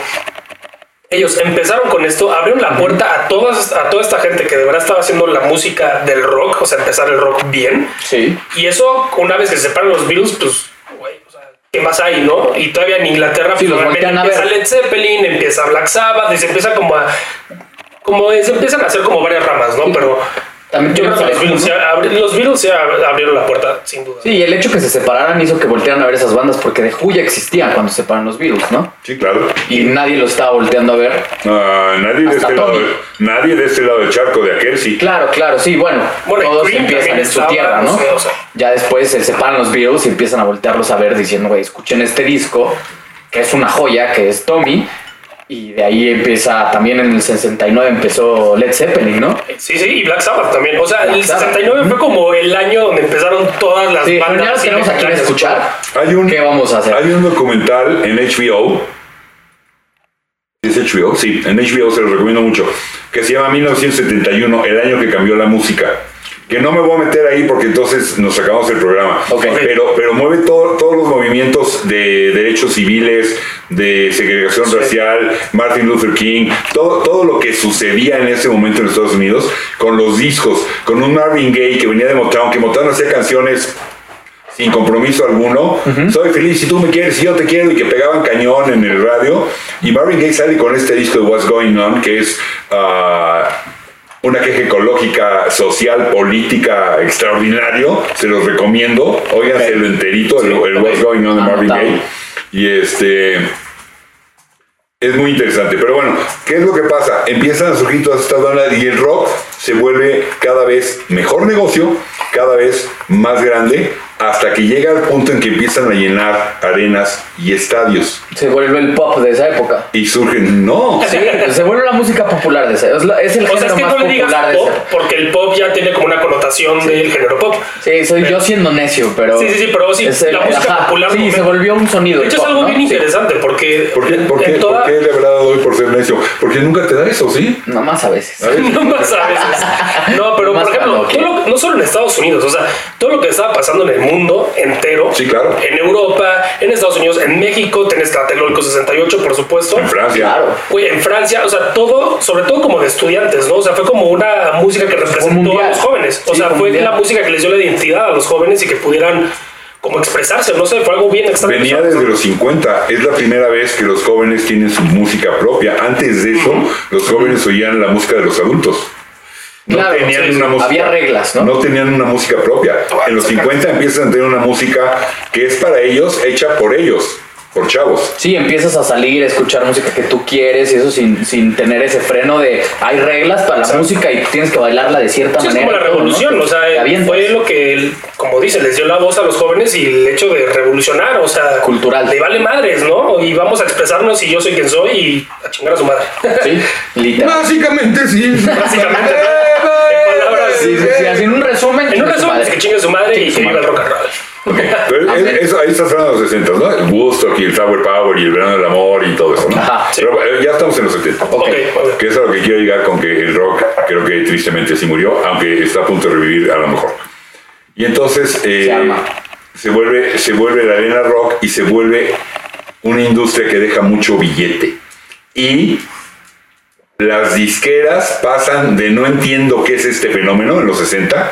Speaker 2: ellos empezaron con esto, abrieron la puerta a, todas, a toda esta gente que de verdad estaba haciendo la música del rock, o sea, empezar el rock bien.
Speaker 3: Sí.
Speaker 2: Y eso, una vez que se separan los virus, pues, güey, o sea, ¿qué más hay, no? Y todavía en Inglaterra,
Speaker 3: Sí,
Speaker 2: pues,
Speaker 3: los
Speaker 2: obviamente,
Speaker 3: voltean a ver.
Speaker 2: empieza Led Zeppelin, empieza Black Sabbath, y se empieza como a. Como se empiezan a hacer como varias ramas, ¿no? Pero.
Speaker 3: También
Speaker 2: Yo creo
Speaker 3: tenemos
Speaker 2: que los
Speaker 3: a Spoon,
Speaker 2: virus,
Speaker 3: ¿no?
Speaker 2: se abri- los virus se ab- abrieron la puerta, sin duda.
Speaker 3: Sí, y el hecho que se separaran hizo que voltearan a ver esas bandas porque de Who ya existían cuando se separan los virus, ¿no?
Speaker 1: Sí, claro.
Speaker 3: Y nadie lo estaba volteando a ver.
Speaker 1: Ah, nadie, de
Speaker 3: Hasta
Speaker 1: este lado,
Speaker 3: Tony.
Speaker 1: nadie de este lado del charco de aquel sí.
Speaker 3: Claro, claro, sí, bueno.
Speaker 2: Bueno, y
Speaker 3: todos
Speaker 2: Cream
Speaker 3: empiezan
Speaker 2: también
Speaker 3: en su
Speaker 2: estaba,
Speaker 3: tierra, ¿no?
Speaker 2: o sea, o sea.
Speaker 3: Ya después se separan los virus y empiezan a voltearlos a ver diciendo, güey, escuchen este disco, que es una joya, que es Tommy. Y de ahí empieza, también en el 69 empezó Led Zeppelin, ¿no?
Speaker 2: Sí, sí, y Black Sabbath también. O sea,
Speaker 3: Black
Speaker 2: el
Speaker 3: Sabbath.
Speaker 2: 69 fue como el año donde empezaron todas las
Speaker 3: Sí, pero
Speaker 2: bandas.
Speaker 3: ya los
Speaker 2: así
Speaker 3: tenemos aquí a
Speaker 2: legendarias.
Speaker 3: escuchar.
Speaker 1: Hay un,
Speaker 3: ¿Qué vamos a hacer?
Speaker 1: Hay un documental en HBO. ¿Es HBO? Sí, en HBO se lo recomiendo mucho. Que se llama 1971, el año que cambió la música. Que no me voy a meter ahí porque entonces nos sacamos el programa.
Speaker 3: Ok.
Speaker 1: Pero, pero mueve todo- todos los movimientos de derechos civiles, de segregación racial, Martin Luther King, todo, todo lo que sucedía en ese momento en Estados Unidos con los discos, con un Marvin Gaye que venía de Motown, que Motown hacía canciones sin compromiso alguno. Soy feliz si tú me quieres, si yo te quiero, y que pegaban cañón en el radio. Y Marvin Gaye sale con este disco de What's Going On, que es ah, una queja ecológica, social, política extraordinario. Se los recomiendo. Óiganselo enterito, el, el What's Going On de Marvin
Speaker 3: Anotado.
Speaker 1: Gaye. Y este. Es muy interesante, pero bueno, ¿qué es lo que pasa? Empiezan a surgir todas estas bandas y el rock se vuelve cada vez mejor negocio, cada vez más grande, hasta que llega al punto en que empiezan a llenar arenas y estadios.
Speaker 3: Se vuelve el pop de esa época.
Speaker 1: Y surgen, no,
Speaker 3: Sí, se vuelve la música popular de esa. Es, la- es el
Speaker 2: O sea, es
Speaker 3: género
Speaker 2: que
Speaker 3: más
Speaker 2: no le digas
Speaker 3: popular de
Speaker 2: pop,
Speaker 3: esa.
Speaker 2: porque el pop ya tiene como una connotación del género pop.
Speaker 3: Sí, soy
Speaker 2: Pero-
Speaker 3: yo siendo necio, pero.
Speaker 2: Sí, sí, sí, pero sí,
Speaker 3: es el-
Speaker 2: la música
Speaker 3: ajá,
Speaker 2: popular
Speaker 3: Sí,
Speaker 2: momento.
Speaker 3: se volvió un sonido.
Speaker 2: De
Speaker 3: el
Speaker 2: hecho, es
Speaker 3: pop,
Speaker 2: algo
Speaker 3: ¿no?
Speaker 2: bien
Speaker 3: Sí.
Speaker 2: interesante, porque
Speaker 1: ¿por qué,
Speaker 2: en-
Speaker 1: por qué-
Speaker 2: en toda...
Speaker 1: por qué le habrá dado hoy por ser necio? Porque nunca te da eso, ¿sí?
Speaker 3: Nada más a veces.
Speaker 1: A ver,
Speaker 2: No más a veces. No, pero
Speaker 3: Más
Speaker 2: por ejemplo,
Speaker 3: cuando
Speaker 2: todo lo- no solo en Estados Unidos, o sea, todo lo que estaba pasando en el mundo entero,
Speaker 1: Sí, claro.
Speaker 2: en Europa, en Estados Unidos, en México, tenés Tlatelolco 68, por supuesto.
Speaker 1: en Francia.
Speaker 3: Claro.
Speaker 2: Güey, en Francia, o sea, todo, sobre todo como de estudiantes, ¿no? O sea, fue como una música que representó
Speaker 3: mundial.
Speaker 2: a los jóvenes. O
Speaker 3: Sí,
Speaker 2: sea,
Speaker 3: fue
Speaker 2: fue
Speaker 3: mundial.
Speaker 2: la música que les dio la identidad a los jóvenes y que pudieran como expresarse, no sé, fue algo bien extraño.
Speaker 1: Venía desde los 50, es la primera vez que los jóvenes tienen su música propia. Antes de eso, los jóvenes oían la música de los adultos. No
Speaker 3: Claro,
Speaker 1: tenían
Speaker 3: sí,
Speaker 1: una
Speaker 3: sí.
Speaker 1: música-
Speaker 3: había reglas, ¿no?
Speaker 1: No tenían una música propia. En los 50 empiezan a tener una música que es para ellos, hecha por ellos, por chavos.
Speaker 3: Sí, empiezas a salir, a escuchar música que tú quieres y eso sin, sin tener ese freno de hay reglas para la música y tienes que bailarla de cierta
Speaker 2: Sí, es
Speaker 3: manera.
Speaker 2: como la
Speaker 3: y todo, ¿no?
Speaker 2: revolución, o sea,
Speaker 3: Te avientas.
Speaker 2: fue lo que, como dice, les dio la voz a los jóvenes y el hecho de revolucionar, o sea,
Speaker 3: Cultural.
Speaker 2: Le vale madres, ¿no? Y vamos a expresarnos y yo soy quien soy y a chingar a su madre.
Speaker 3: Sí, literal.
Speaker 1: Básicamente sí.
Speaker 2: Básicamente.
Speaker 1: Eh,
Speaker 2: En palabras,
Speaker 1: eh,
Speaker 3: Sí, sí, sí, así en un resumen.
Speaker 2: En un
Speaker 3: chingue su
Speaker 2: resumen,
Speaker 3: madre.
Speaker 2: es que chingue a su madre y
Speaker 3: Chingue su
Speaker 2: que viva el
Speaker 3: madre.
Speaker 2: rock and roll.
Speaker 1: Pero es- es- ahí estás hablando de los 60, ¿no? El Woodstock y el Flower Power y el verano del amor y todo eso, ¿no?
Speaker 3: Ajá,
Speaker 2: sí.
Speaker 1: Pero eh, ya estamos en los 70.
Speaker 3: Ok.
Speaker 2: ok.
Speaker 1: Que es a lo que quiero llegar con que el rock creo que tristemente sí murió, aunque está a punto de revivir a lo mejor. Y entonces eh,
Speaker 3: Se arma.
Speaker 1: se vuelve, se vuelve la arena rock y se vuelve una industria que deja mucho billete. Y las disqueras pasan de no entiendo qué es este fenómeno en los 60,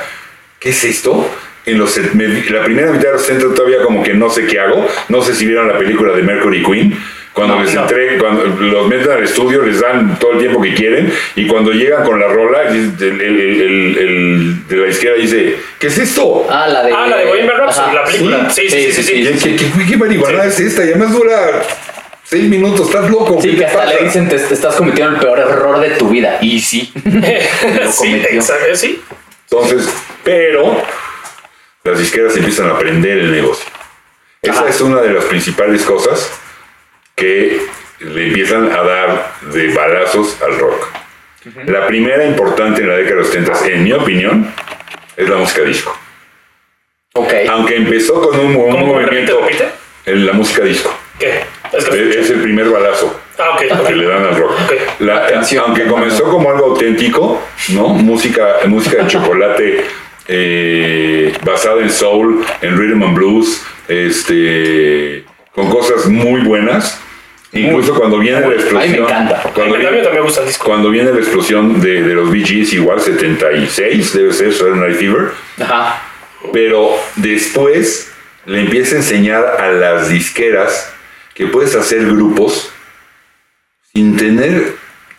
Speaker 1: ¿qué es esto? En los, set- me- la primera mitad de los 60 todavía como que no sé qué hago, no sé si vieron la película de Mercury Queen, cuando
Speaker 2: No,
Speaker 1: les
Speaker 2: no.
Speaker 1: entre- cuando los meten al estudio, les dan todo el tiempo que quieren y cuando llegan con la rola, el, el- el- el- el de la izquierda dice, ¿qué es esto?
Speaker 3: Ah, la de.
Speaker 2: Ah, la de Bohemian Rhapsody,
Speaker 3: Ajá.
Speaker 2: la película. Sí, sí, sí, sí.
Speaker 1: ¿Qué, qué, qué- qué marihuana
Speaker 2: Sí.
Speaker 1: es esta? Y además dura seis minutos, estás loco. ¿qué
Speaker 3: Sí,
Speaker 1: te
Speaker 3: que hasta
Speaker 1: pasa?"
Speaker 3: le dicen, te, te estás cometiendo el peor error de tu vida. Y sí. Lo
Speaker 2: sí,
Speaker 3: cometió.
Speaker 2: exacto, ¿eh? sí.
Speaker 1: Entonces, pero las disqueras empiezan a aprender el negocio. Esa
Speaker 3: Ajá.
Speaker 1: es una de las principales cosas que le empiezan a dar de balazos al rock. La primera importante en la década de los 70, en mi opinión, es la música disco.
Speaker 3: Ok.
Speaker 1: Aunque empezó con un, un
Speaker 2: Eh. cómo?
Speaker 1: movimiento
Speaker 2: Repite, repite.
Speaker 1: en la música disco.
Speaker 2: ¿Qué? Es que-
Speaker 1: Es es el primer balazo
Speaker 2: Ah, ok. ok.
Speaker 1: que le dan al rock.
Speaker 2: Ok.
Speaker 1: La-
Speaker 3: Atención,
Speaker 1: aunque comenzó como algo auténtico, ¿no? Música, música de chocolate eh, basada en soul, en rhythm and blues, este, con cosas muy buenas. Incluso cuando viene la explosión.
Speaker 3: Ay, me encanta.
Speaker 1: Cuando
Speaker 2: A mí
Speaker 1: viene,
Speaker 2: también me gusta el disco.
Speaker 1: cuando viene la explosión de, de los Bee Gees, igual 76, debe ser Saturday Night Fever.
Speaker 3: Ajá.
Speaker 1: Pero después le empieza a enseñar a las disqueras que puedes hacer grupos sin tener,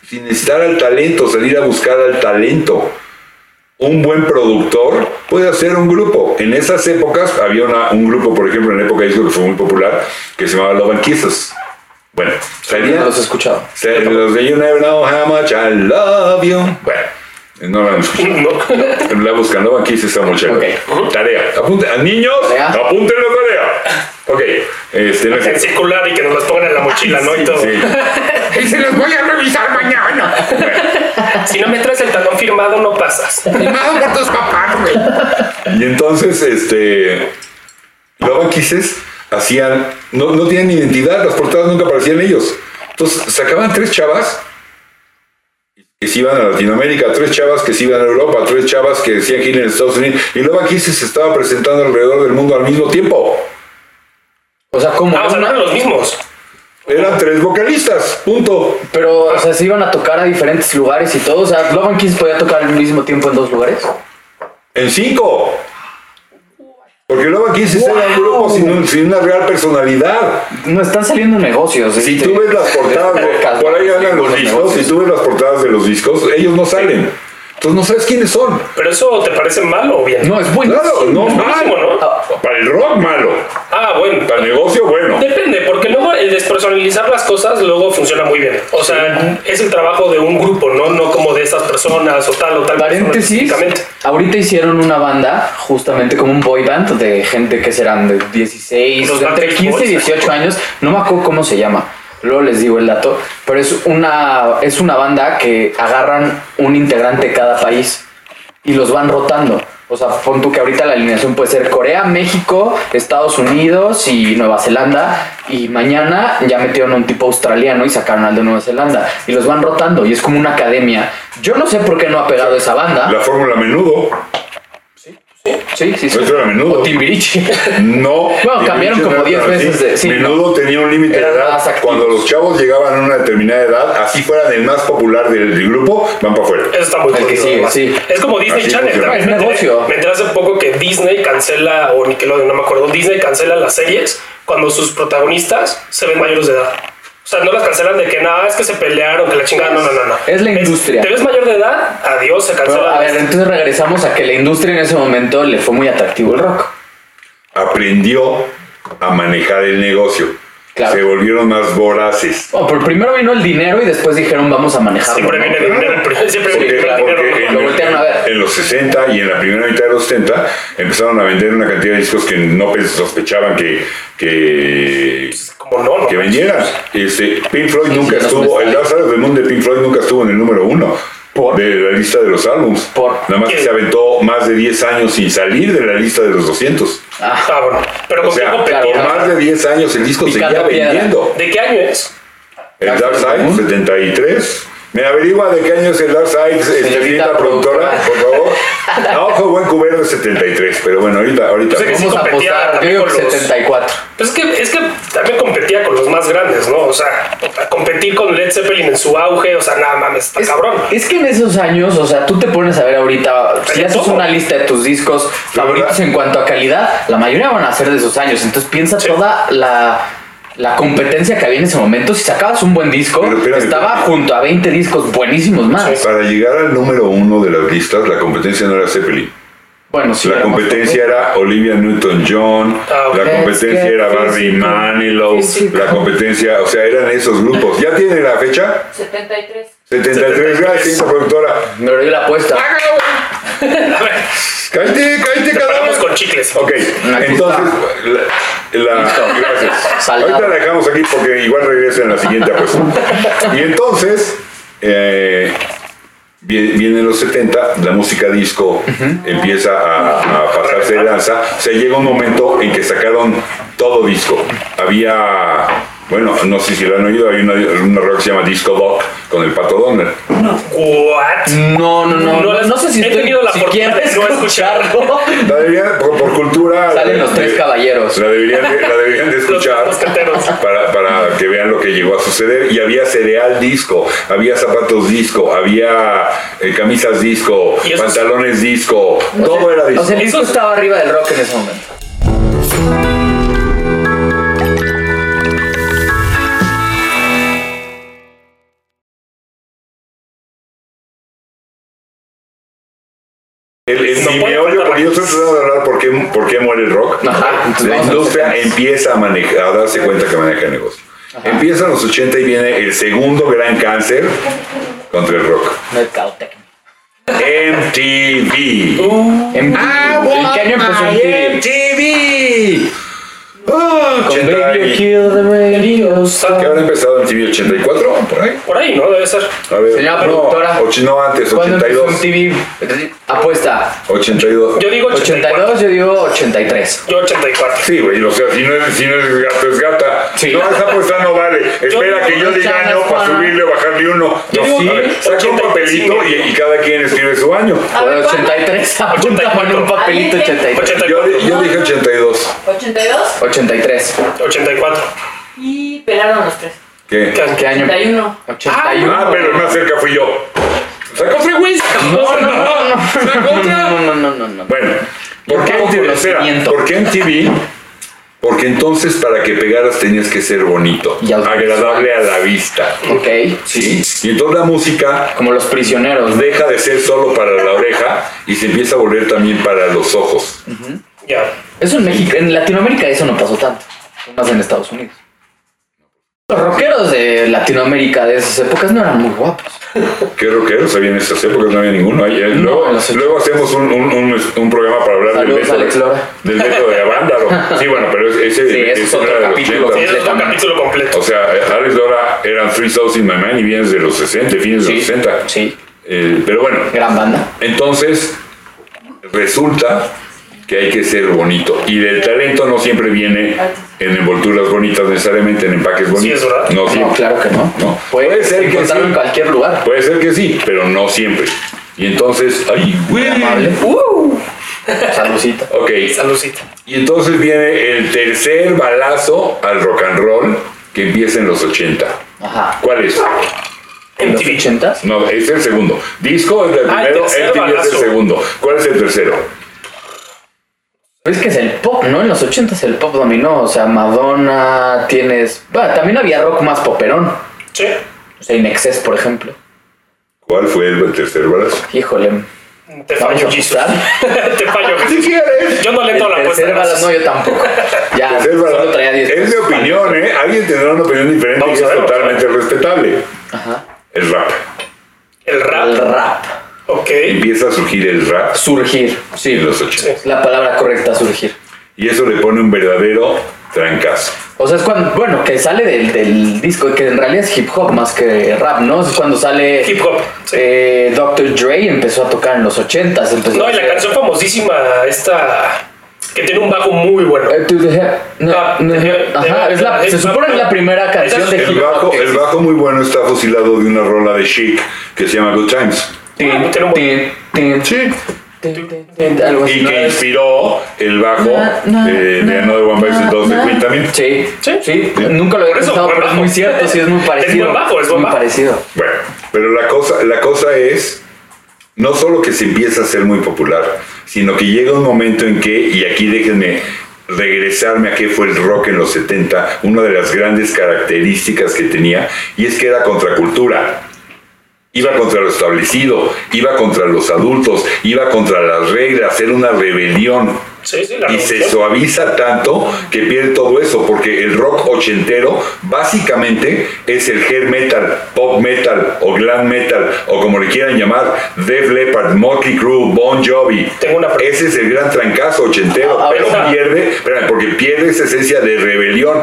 Speaker 1: sin estar al talento, salir a buscar al talento. Un buen productor puede hacer un grupo. En esas épocas había una- un grupo, por ejemplo, en la época de disco que fue muy popular, que se llamaba Love and Kisses. Bueno,
Speaker 3: No
Speaker 1: sería,
Speaker 3: los he escuchado.
Speaker 1: se- los de You Never Know How Much I Love You. Bueno, no lo han escuchado.
Speaker 2: No.
Speaker 1: La buscan, ¿no? Aquí se está muy chévere. Tarea. Apunte, a niños,
Speaker 3: Tarea.
Speaker 1: apunten la tarea. Ok. Este, no es
Speaker 2: En circular y que nos las pongan en la mochila, ¿no? Y todo.
Speaker 1: Sí. y se los voy a revisar mañana.
Speaker 2: Si no me traes el talón firmado, no pasas.
Speaker 1: Firmado por tus papás, güey. Y entonces, este. Lava Kisses hacían. No, no tienen identidad, las portadas nunca aparecían ellos. Entonces sacaban tres chavas que se iban a Latinoamérica, tres chavas que se iban a Europa, tres chavas que decían aquí en Estados Unidos. Y Lava Kisses se estaba presentando alrededor del mundo al mismo tiempo.
Speaker 3: O sea, como.
Speaker 2: Ah, o sea, no eran los mismos.
Speaker 1: Eran tres vocalistas, punto.
Speaker 3: Pero, o sea, se iban a tocar a diferentes lugares y todo. O sea, Love and Kiss podía tocar al mismo tiempo en dos lugares.
Speaker 1: En cinco. Porque Love and Kisses era un grupo sin, un- sin una real personalidad.
Speaker 3: No están saliendo negocios.
Speaker 1: Si
Speaker 3: este,
Speaker 1: tú ves las portadas,
Speaker 3: de
Speaker 1: de-
Speaker 3: podcast,
Speaker 1: por ahí
Speaker 3: ¿no?
Speaker 1: andan los
Speaker 3: Los
Speaker 1: discos,
Speaker 3: negocios.
Speaker 1: si tú ves las portadas de los discos, ellos no salen. Entonces no sabes quiénes son.
Speaker 2: ¿Pero eso te parece mal o bien?
Speaker 3: No, Ah, es bueno.
Speaker 1: Claro, no
Speaker 2: buenísimo,
Speaker 1: malo.
Speaker 3: ¿no?
Speaker 1: Para el rock malo,
Speaker 2: Ah, bueno.
Speaker 1: para el negocio bueno.
Speaker 2: Depende, porque luego el despersonalizar las cosas luego funciona muy bien. O sea, es el trabajo de un grupo, no, no como de estas personas o tal o tal. persona
Speaker 3: Paréntesis,
Speaker 2: específicamente.
Speaker 3: ahorita hicieron una banda, justamente como un boy band, de gente que serán de 16,
Speaker 2: Los
Speaker 3: o sea, entre
Speaker 2: Backstreet
Speaker 3: 15 y
Speaker 2: Boys.
Speaker 3: 18 años, no me acuerdo cómo se llama, luego les digo el dato, pero es una, es una banda que agarran un integrante de cada país y los van rotando. O sea, pon tú que ahorita la alineación puede ser Corea, México, Estados Unidos y Nueva Zelanda. Y mañana ya metieron a un tipo australiano y sacaron al de Nueva Zelanda. Y los van rotando y es como una academia. Yo no sé por qué no ha pegado esa banda.
Speaker 1: La fórmula a menudo,
Speaker 3: Sí, sí, sí.
Speaker 1: Eso era menudo.
Speaker 3: O Timbiriche.
Speaker 1: no.
Speaker 3: Bueno, cambiaron
Speaker 1: Timbiriche
Speaker 3: como
Speaker 1: no era
Speaker 3: 10
Speaker 1: tan así.
Speaker 3: veces de- sí,
Speaker 1: menudo tenía un límite de
Speaker 3: Eran
Speaker 1: edad.
Speaker 3: más activos.
Speaker 1: Cuando los chavos llegaban a una determinada edad, así fueran el más popular del, del grupo, van para afuera.
Speaker 2: Eso está muy
Speaker 3: El que
Speaker 2: jodido,
Speaker 3: sigue,
Speaker 2: además.
Speaker 3: sí.
Speaker 2: Es como Disney
Speaker 1: Así
Speaker 2: Channel
Speaker 1: funciona.
Speaker 2: también.
Speaker 3: Es
Speaker 2: Me enteré-
Speaker 3: negocio.
Speaker 2: Me enteré hace poco que Disney cancela, o Nickelodeon, no me acuerdo, Disney cancela las series cuando sus protagonistas se ven mayores de edad. O sea, no las cancelan de que nada, es que se pelearon, que la chingada, no, no, no. no.
Speaker 3: Es la industria.
Speaker 2: Te ves mayor de edad, adiós, se
Speaker 3: Pero,
Speaker 2: cancela.
Speaker 3: a ver, entonces regresamos a que la industria en ese momento le fue muy atractivo el rock.
Speaker 1: Aprendió a manejar el negocio.
Speaker 3: Claro.
Speaker 1: Se volvieron más voraces.
Speaker 3: Oh, pero primero vino el dinero y después dijeron vamos a manejarlo.
Speaker 2: siempre
Speaker 3: ¿no?
Speaker 2: viene de dinero, siempre
Speaker 1: Porque-
Speaker 2: viene de
Speaker 1: porque
Speaker 2: dinero. ¿no?
Speaker 1: en,
Speaker 3: Lo voltearon a ver.
Speaker 1: en los 60 y en la primera mitad de los 70 empezaron a vender una cantidad de discos que no pens- sospechaban que, que,
Speaker 2: Como no, no.
Speaker 1: que vendieran. Este, Pink Floyd
Speaker 3: Sí,
Speaker 1: nunca
Speaker 3: sí, no
Speaker 1: estuvo,
Speaker 3: supuesto.
Speaker 1: el Lázaro del Mundo de Pink Floyd nunca estuvo en el número uno
Speaker 3: ¿Por?
Speaker 1: de la lista de los álbums.
Speaker 3: ¿Por?
Speaker 1: Nada más que
Speaker 2: ¿Qué?
Speaker 1: se aventó más de 10 años sin salir de la lista de los 200.
Speaker 3: Ah.
Speaker 2: Ah, bueno. Pero
Speaker 1: O
Speaker 2: con
Speaker 1: sea,
Speaker 2: qué
Speaker 1: por
Speaker 2: competían?
Speaker 1: más de 10 años el disco
Speaker 3: Picando
Speaker 1: seguía
Speaker 3: piedra.
Speaker 1: vendiendo.
Speaker 2: ¿De qué año es?
Speaker 1: El Dark
Speaker 3: Dark Side
Speaker 1: Side,
Speaker 3: Moon.
Speaker 1: 73. Me averigua de qué año es el Dark Side, este,
Speaker 3: Señorita
Speaker 1: señorita productora, por favor. A ojo, buen cubero de 73, pero bueno, ahorita, ahorita.
Speaker 2: Sí, que sí.
Speaker 3: Vamos a
Speaker 2: competía
Speaker 3: apostar, yo
Speaker 2: también
Speaker 3: digo que
Speaker 2: con los-
Speaker 3: 74.
Speaker 2: Pues es que, es que también competía con los más grandes, ¿no? O sea, puta, competir con Led Zeppelin en su auge, o sea, nada mames, está
Speaker 3: Es,
Speaker 2: cabrón.
Speaker 3: es que en esos años, o sea, tú te pones a ver ahorita, si
Speaker 2: Hay
Speaker 3: haces
Speaker 2: todo.
Speaker 3: una lista de tus discos favoritos
Speaker 1: ¿verdad?
Speaker 3: en cuanto a calidad, la mayoría van a ser de esos años. Entonces piensa
Speaker 2: Sí.
Speaker 3: toda la, la competencia que había en ese momento. Si sacabas un buen disco,
Speaker 1: Pero espérame,
Speaker 3: estaba
Speaker 1: espérame.
Speaker 3: junto a 20 discos buenísimos más.
Speaker 1: Para llegar al número uno de las listas, la competencia no era Zeppelin.
Speaker 3: Bueno, sí.
Speaker 1: La
Speaker 3: era más
Speaker 1: competencia
Speaker 3: popular.
Speaker 1: era Olivia Newton-John,
Speaker 2: Ah, ok.
Speaker 1: la competencia
Speaker 3: Es que
Speaker 1: era Barry
Speaker 3: físico,
Speaker 1: Manilow,
Speaker 3: físico.
Speaker 1: la competencia, o sea, eran esos grupos. ¿Ya tiene la fecha?
Speaker 4: 73.
Speaker 1: 73, gracias, señorita productora.
Speaker 3: Me doy la apuesta.
Speaker 2: A ver,
Speaker 1: ¡Cállate, cállate,
Speaker 2: paramos
Speaker 1: cadáver!
Speaker 2: con chicles.
Speaker 1: Ok,
Speaker 3: Aquí
Speaker 1: entonces la, la-
Speaker 3: Listo.
Speaker 1: gracias.
Speaker 3: Saldado.
Speaker 1: Ahorita la dejamos aquí porque igual regresa en la siguiente apuesta. Y entonces eh, vie- vienen los 70, la música disco empieza a, a pasarse de lanza. Se llega un momento en que sacaron todo disco. Había, bueno, no sé si lo han oído, hay una, una rock que se llama Disco Doc con el Pato Donner.
Speaker 2: What?
Speaker 3: No, no,
Speaker 2: No,
Speaker 3: no. No, no sé si
Speaker 2: he
Speaker 3: estoy,
Speaker 2: tenido la
Speaker 3: si
Speaker 2: oportunidad
Speaker 3: quieres
Speaker 2: de no escucharlo.
Speaker 3: escucharlo.
Speaker 1: La deberían, por, por cultura...
Speaker 3: Salen los tres caballeros.
Speaker 1: La deberían de, la deberían de
Speaker 2: Los
Speaker 1: escuchar.
Speaker 2: mosqueteros.
Speaker 1: para, para que vean lo que llegó a suceder. Y había cereal disco, había zapatos disco, había eh, camisas disco,
Speaker 2: Y eso es-
Speaker 1: pantalones disco, todo era disco.
Speaker 3: O sea, el disco estaba arriba del rock en ese momento.
Speaker 1: el, el-
Speaker 2: no
Speaker 1: mi
Speaker 2: puede
Speaker 1: meollo,
Speaker 2: faltar
Speaker 1: porque yo
Speaker 2: la-
Speaker 1: estoy tratando de hablar por qué, por qué muere el rock.
Speaker 3: Ajá, entonces
Speaker 1: La
Speaker 3: vamos a
Speaker 1: industria
Speaker 3: empezar.
Speaker 1: empieza a, manejar, a darse cuenta que maneja el negocio. Empiezan los 80 y viene el segundo gran cáncer contra el rock.
Speaker 3: Mercadotecnia.
Speaker 1: MTV.
Speaker 3: Uh,
Speaker 1: Ah,
Speaker 3: En- ¿En qué año empezó MTV?
Speaker 1: MTV. Ah,
Speaker 3: Con
Speaker 1: 80
Speaker 3: Baby
Speaker 1: y-
Speaker 3: You Kill the Radio
Speaker 1: ¿Qué
Speaker 3: Star.
Speaker 1: habrá empezado en TV 84? Por ahí.
Speaker 2: Por ahí, ¿no? Debe ser.
Speaker 1: A ver,
Speaker 3: Señora
Speaker 1: no,
Speaker 3: productora.
Speaker 1: och- no, antes,
Speaker 3: ¿Cuándo empezó
Speaker 1: 82.
Speaker 3: MTV? Apuesta.
Speaker 1: 82.
Speaker 2: Yo digo 84.
Speaker 3: 82, yo digo 83.
Speaker 2: Yo 84.
Speaker 1: Sí, güey, o sea, si no, es, si no es gato, es gata.
Speaker 3: Sí.
Speaker 1: No, esa apuesta no vale. Espera
Speaker 2: digo
Speaker 1: que yo
Speaker 3: que
Speaker 1: diga
Speaker 3: Chana
Speaker 1: no
Speaker 3: es
Speaker 1: para
Speaker 3: Juana.
Speaker 1: subirle o bajarle uno.
Speaker 2: Yo
Speaker 1: No,
Speaker 2: digo
Speaker 1: sí.
Speaker 2: que
Speaker 1: A ver, saca un
Speaker 2: 85.
Speaker 1: papelito y, y cada quien escribe su año.
Speaker 4: A ver, ¿cuál?
Speaker 3: 83, apunta con un
Speaker 2: 84.
Speaker 3: papelito 83.
Speaker 1: Yo,
Speaker 2: 84.
Speaker 1: di- yo dije 82.
Speaker 4: 82
Speaker 3: 83.
Speaker 2: 84.
Speaker 4: y pelaron los tres.
Speaker 1: ¿Qué?
Speaker 3: ¿Qué año?
Speaker 4: 81.
Speaker 3: 81.
Speaker 1: Ah, pero el más cerca fui yo. Saca otra, güey.
Speaker 3: No, no, no,
Speaker 1: Saca
Speaker 3: no,
Speaker 1: otra.
Speaker 3: no, no, no, no, no.
Speaker 1: Bueno, ¿por
Speaker 3: Yo
Speaker 1: qué
Speaker 3: pago
Speaker 1: MTV? Espera,
Speaker 3: conocimiento.
Speaker 1: ¿por qué MTV? Porque entonces para que pegaras tenías que ser bonito,
Speaker 3: Y audiovisual.
Speaker 1: agradable a la vista.
Speaker 3: Ok.
Speaker 1: ¿Sí? Y entonces la música
Speaker 3: Como los prisioneros. ¿no?
Speaker 1: deja de ser solo para la oreja y se empieza a volver también para los ojos.
Speaker 2: Ya.
Speaker 3: Eso en México, en Latinoamérica eso no pasó tanto. Más en Estados Unidos. Los rockeros de Latinoamérica de esas épocas no eran muy guapos.
Speaker 1: ¿Qué rockeros había en esas épocas? No había ninguno. Ahí, eh,
Speaker 3: No,
Speaker 1: luego,
Speaker 3: en los
Speaker 1: luego hacemos un, un- un- un programa para hablar
Speaker 3: Saludos,
Speaker 1: del método,
Speaker 3: Alex Lora.
Speaker 1: del método de Avándaro. Sí, bueno, pero ese, ese,
Speaker 3: Sí, ese es
Speaker 1: ese
Speaker 3: otro
Speaker 1: era de los
Speaker 3: capítulo.
Speaker 1: 80.
Speaker 2: Sí, ese es un
Speaker 3: Completamente.
Speaker 2: capítulo completo.
Speaker 1: O sea, Alex Dora eran Three Souls in My Man y vienes de los 60, fines de los 60.
Speaker 3: Sí.
Speaker 1: Eh, pero bueno,
Speaker 3: Gran banda.
Speaker 1: entonces resulta que hay que ser bonito. Y el talento no siempre viene en envolturas bonitas, necesariamente en empaques bonitos.
Speaker 2: es verdad.
Speaker 1: no
Speaker 3: No,
Speaker 1: siempre.
Speaker 3: claro que no.
Speaker 1: No.
Speaker 3: Puede,
Speaker 1: Puede ser que
Speaker 3: encontrarlo
Speaker 1: sí.
Speaker 3: en cualquier lugar.
Speaker 1: Puede ser que sí, pero no siempre. Y entonces, ay, güey.
Speaker 3: Amable.
Speaker 2: Uh,
Speaker 3: Saludcita.
Speaker 1: Ok,
Speaker 2: saludcita.
Speaker 1: y entonces viene el tercer balazo al rock and roll que empieza en los 80.
Speaker 3: Ajá.
Speaker 1: ¿Cuál es?
Speaker 3: ¿En los
Speaker 2: MTV.
Speaker 3: 80
Speaker 1: No, es el segundo. Disco es el
Speaker 2: Ah, el
Speaker 1: primero,
Speaker 2: tercer
Speaker 1: MTV es el
Speaker 2: balazo.
Speaker 1: segundo. ¿Cuál es el tercero?
Speaker 3: Es que es el pop, ¿no? En los 80 el pop dominó. O sea, Madonna, tienes. Bueno, también había rock más poperón.
Speaker 2: Sí.
Speaker 3: O sea, In Excess, por ejemplo.
Speaker 1: ¿Cuál fue el tercer balazo?
Speaker 3: Híjole.
Speaker 2: Te
Speaker 3: Vamos a
Speaker 2: fallo, Jesus.
Speaker 3: apostar.
Speaker 2: Te fallo,
Speaker 1: Si
Speaker 2: Jesús.
Speaker 1: quieres.
Speaker 2: Yo no le entro a la
Speaker 3: El
Speaker 2: apuesta.
Speaker 3: tercer balazo-
Speaker 2: gracias.
Speaker 3: No, yo tampoco. Ya,
Speaker 1: Tercer
Speaker 3: solo
Speaker 1: balazo.
Speaker 3: traía 10
Speaker 1: Es mi
Speaker 3: pesos.
Speaker 1: opinión, ¿eh? Alguien tendrá una opinión diferente
Speaker 2: Vamos
Speaker 1: y
Speaker 2: a
Speaker 1: es
Speaker 2: ver, vamos a
Speaker 1: totalmente respetable.
Speaker 3: Ajá.
Speaker 1: El rap.
Speaker 2: El
Speaker 3: El
Speaker 2: rap.
Speaker 3: rap.
Speaker 2: Ok.
Speaker 1: Empieza a surgir el rap
Speaker 3: Surgir. Sí.
Speaker 1: en los 80.
Speaker 3: Es La palabra correcta, surgir.
Speaker 1: Y eso le pone un verdadero trancazo.
Speaker 3: O sea, es cuando, bueno, que sale del, del disco, que en realidad es hip hop más que rap, ¿no? Es cuando sale...
Speaker 2: Hip hop, sí.
Speaker 3: Eh, Dr. Dre empezó a tocar en los 80s. Empezó
Speaker 2: No,
Speaker 3: a
Speaker 2: y la
Speaker 3: hacer-
Speaker 2: canción famosísima, esta. que tiene un bajo muy bueno.
Speaker 3: Eh, to the he- no,
Speaker 2: Ah,
Speaker 3: no,
Speaker 2: the he-
Speaker 3: ajá,
Speaker 2: the-
Speaker 3: es la,
Speaker 2: the-
Speaker 3: se
Speaker 2: the-
Speaker 3: supone es la primera canción
Speaker 2: Esa-
Speaker 3: de
Speaker 1: El
Speaker 3: hip hop.
Speaker 1: bajo,
Speaker 3: que
Speaker 1: el
Speaker 3: existe.
Speaker 1: bajo muy bueno está fusilado de una rola de chic que se llama Good Times.
Speaker 3: Tin,
Speaker 2: Tiene un buen-
Speaker 3: tin, tin,
Speaker 1: Sí.
Speaker 3: tin, tin, tin, algo así,
Speaker 1: Y
Speaker 3: Pues ¿no?
Speaker 1: que inspiró el bajo
Speaker 3: Na, na,
Speaker 1: eh, de
Speaker 3: na,
Speaker 1: Another One Bites the
Speaker 3: na,
Speaker 1: Dust de
Speaker 3: na.
Speaker 1: Queen también.
Speaker 3: Sí,
Speaker 2: Sí.
Speaker 3: sí, Nunca lo había
Speaker 2: Por eso,
Speaker 3: pensado,
Speaker 2: buen
Speaker 3: pero es
Speaker 2: bajo.
Speaker 3: muy cierto, sí, es muy
Speaker 2: Es
Speaker 3: parecido.
Speaker 2: buen bajo, es buen
Speaker 3: muy
Speaker 2: bajo.
Speaker 3: parecido.
Speaker 1: Bueno, pero la cosa, la cosa es no solo que se empieza a ser muy popular, sino que llega un momento en que, y aquí déjenme regresarme a qué fue el rock en los 70, una de las grandes características que tenía, y es que era contracultura. Iba contra lo establecido, iba contra los adultos, iba contra las reglas, era una rebelión
Speaker 2: Sí, sí, la
Speaker 1: y se
Speaker 2: revolución.
Speaker 1: suaviza tanto que pierde todo eso, porque el rock ochentero básicamente es el hair metal, pop metal o glam metal, o como le quieran llamar, Def Leppard, Motley Crue, Bon Jovi.
Speaker 2: Tengo una pregunta.
Speaker 1: Ese es el gran trancazo ochentero,
Speaker 2: Ah,
Speaker 1: pero
Speaker 2: ahorita-
Speaker 1: pierde, espérame, porque pierde esa esencia de rebelión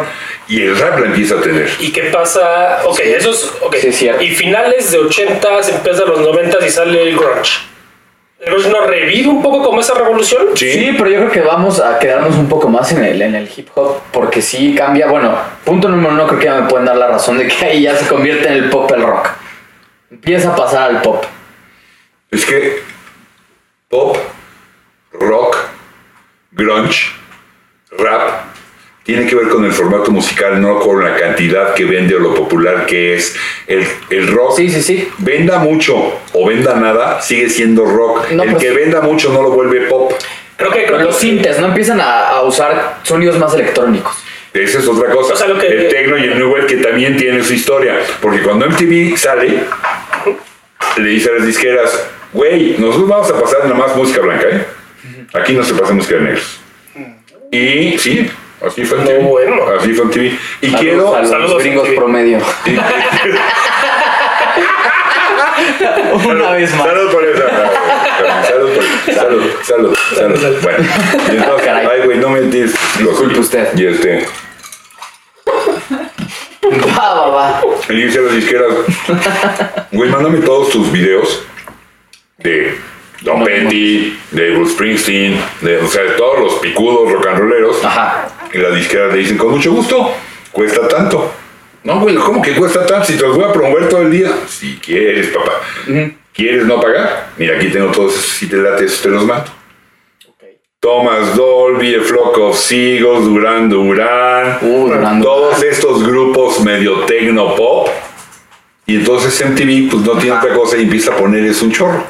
Speaker 1: y el rap la empieza a tener.
Speaker 2: ¿Y qué pasa? Ok, eso es. ok.
Speaker 3: Sí, es cierto.
Speaker 2: Y finales de 80, se empieza los 90 y sale el grunge. ¿El grunge no revive un poco como esa revolución?
Speaker 1: Sí.
Speaker 3: Sí, pero yo creo que vamos a quedarnos un poco más en el, en el hip hop porque sí cambia. Bueno, punto número uno, creo que ya me pueden dar la razón de que ahí ya se convierte en el pop el rock. Empieza a pasar al pop.
Speaker 1: Es que pop, rock, grunge, rap, tiene que ver con el formato musical, no con la cantidad que vende o lo popular que es. El, el rock,
Speaker 3: Sí, sí, sí.
Speaker 1: venda mucho o venda nada, sigue siendo rock.
Speaker 3: No,
Speaker 1: el
Speaker 3: pero
Speaker 1: que
Speaker 3: sí.
Speaker 1: venda mucho no lo vuelve pop.
Speaker 2: Creo que.
Speaker 3: Pero
Speaker 2: creo
Speaker 3: los
Speaker 2: que-
Speaker 3: sintes, ¿no? Empiezan a, a usar sonidos más electrónicos.
Speaker 1: Esa es otra cosa.
Speaker 2: O sea, lo que-
Speaker 1: El techno y el new wave que también tiene su historia. Porque cuando MTV sale, le dice a las disqueras, güey, nosotros vamos a pasar nomás música blanca, ¿eh? Aquí no se pasa música de negros. Y sí, así fue MTV.
Speaker 2: No, bueno.
Speaker 1: Así fue MTV. Y
Speaker 3: Saludos
Speaker 1: quiero...
Speaker 3: a los
Speaker 2: Saludos,
Speaker 3: gringos
Speaker 2: sí.
Speaker 3: promedio. Una vez más.
Speaker 1: Salud por esa. Salud Salud, salud, salud.
Speaker 2: Salud.
Speaker 1: Bueno, y entonces,
Speaker 3: Caray.
Speaker 1: ay, güey, no me entiendes. lo
Speaker 3: Disculpe
Speaker 1: suyo.
Speaker 3: usted.
Speaker 1: Y este,
Speaker 3: Va, va, va.
Speaker 1: y le dice a las disqueras, güey, mándame todos tus videos de Don
Speaker 3: No,
Speaker 1: Petty, de Bruce Springsteen, de, o sea, de todos los picudos rock and rolleros.
Speaker 3: Ajá.
Speaker 1: Y las disqueras le dicen, con mucho gusto, cuesta tanto. No, güey, ¿cómo que cuesta tanto? Si te los voy a promover todo el día. Si quieres, papá. ¿Quieres no pagar? Mira, aquí tengo todos esos, si te late, esos te los mando. Thomas Dolby, The Flock of Seagulls, Duran Duran,
Speaker 3: Uh, Duran Duran.
Speaker 1: todos estos grupos medio tecno pop. Y entonces MTV pues no tiene
Speaker 3: Ajá.
Speaker 1: otra cosa y empieza a ponerles un chorro.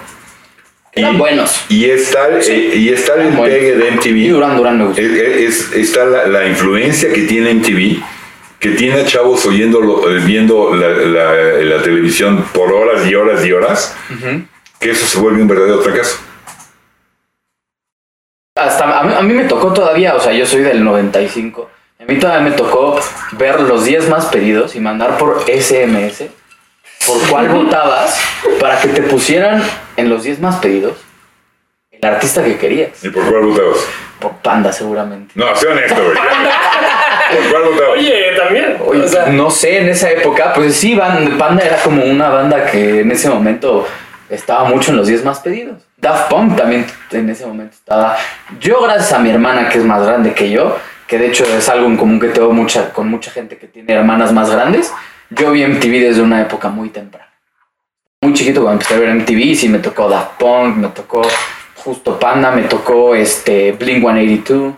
Speaker 3: Eran buenos.
Speaker 1: Y es tal, eh, y es tal el
Speaker 3: Bueno.
Speaker 1: pegue de
Speaker 3: Y
Speaker 1: MTV.
Speaker 3: Duran Duran me gusta.
Speaker 1: Es- es- está la, la influencia que tiene MTV, que tiene a chavos oyéndolo, eh, viendo la, la- la televisión por horas y horas y horas, que eso se vuelve un verdadero fracaso.
Speaker 3: Hasta a mí, a mí me tocó todavía, o sea, yo soy del 95. A mí todavía me tocó ver los 10 más pedidos y mandar por SMS por cuál votabas para que te pusieran en los 10 más pedidos el artista que querías.
Speaker 1: ¿Y por cuál votabas?
Speaker 3: Por Panda, seguramente.
Speaker 1: No, sea honesto, güey. ¿Por cuál votabas?
Speaker 2: Oye, también.
Speaker 3: Oye, mm.
Speaker 2: o sea,
Speaker 3: no sé, en esa época, pues sí, Van- Panda era como una banda que en ese momento estaba mucho en los 10 más pedidos. Daft Punk también en ese momento estaba. Yo, gracias a mi hermana, que es más grande que yo, que de hecho es algo en común que tengo mucha, con mucha gente que tiene hermanas más grandes, yo vi MTV desde una época muy temprana. Muy chiquito cuando empecé a ver MTV, y sí, me tocó Daft Punk, me tocó Justo Panda, me tocó este Blink 182,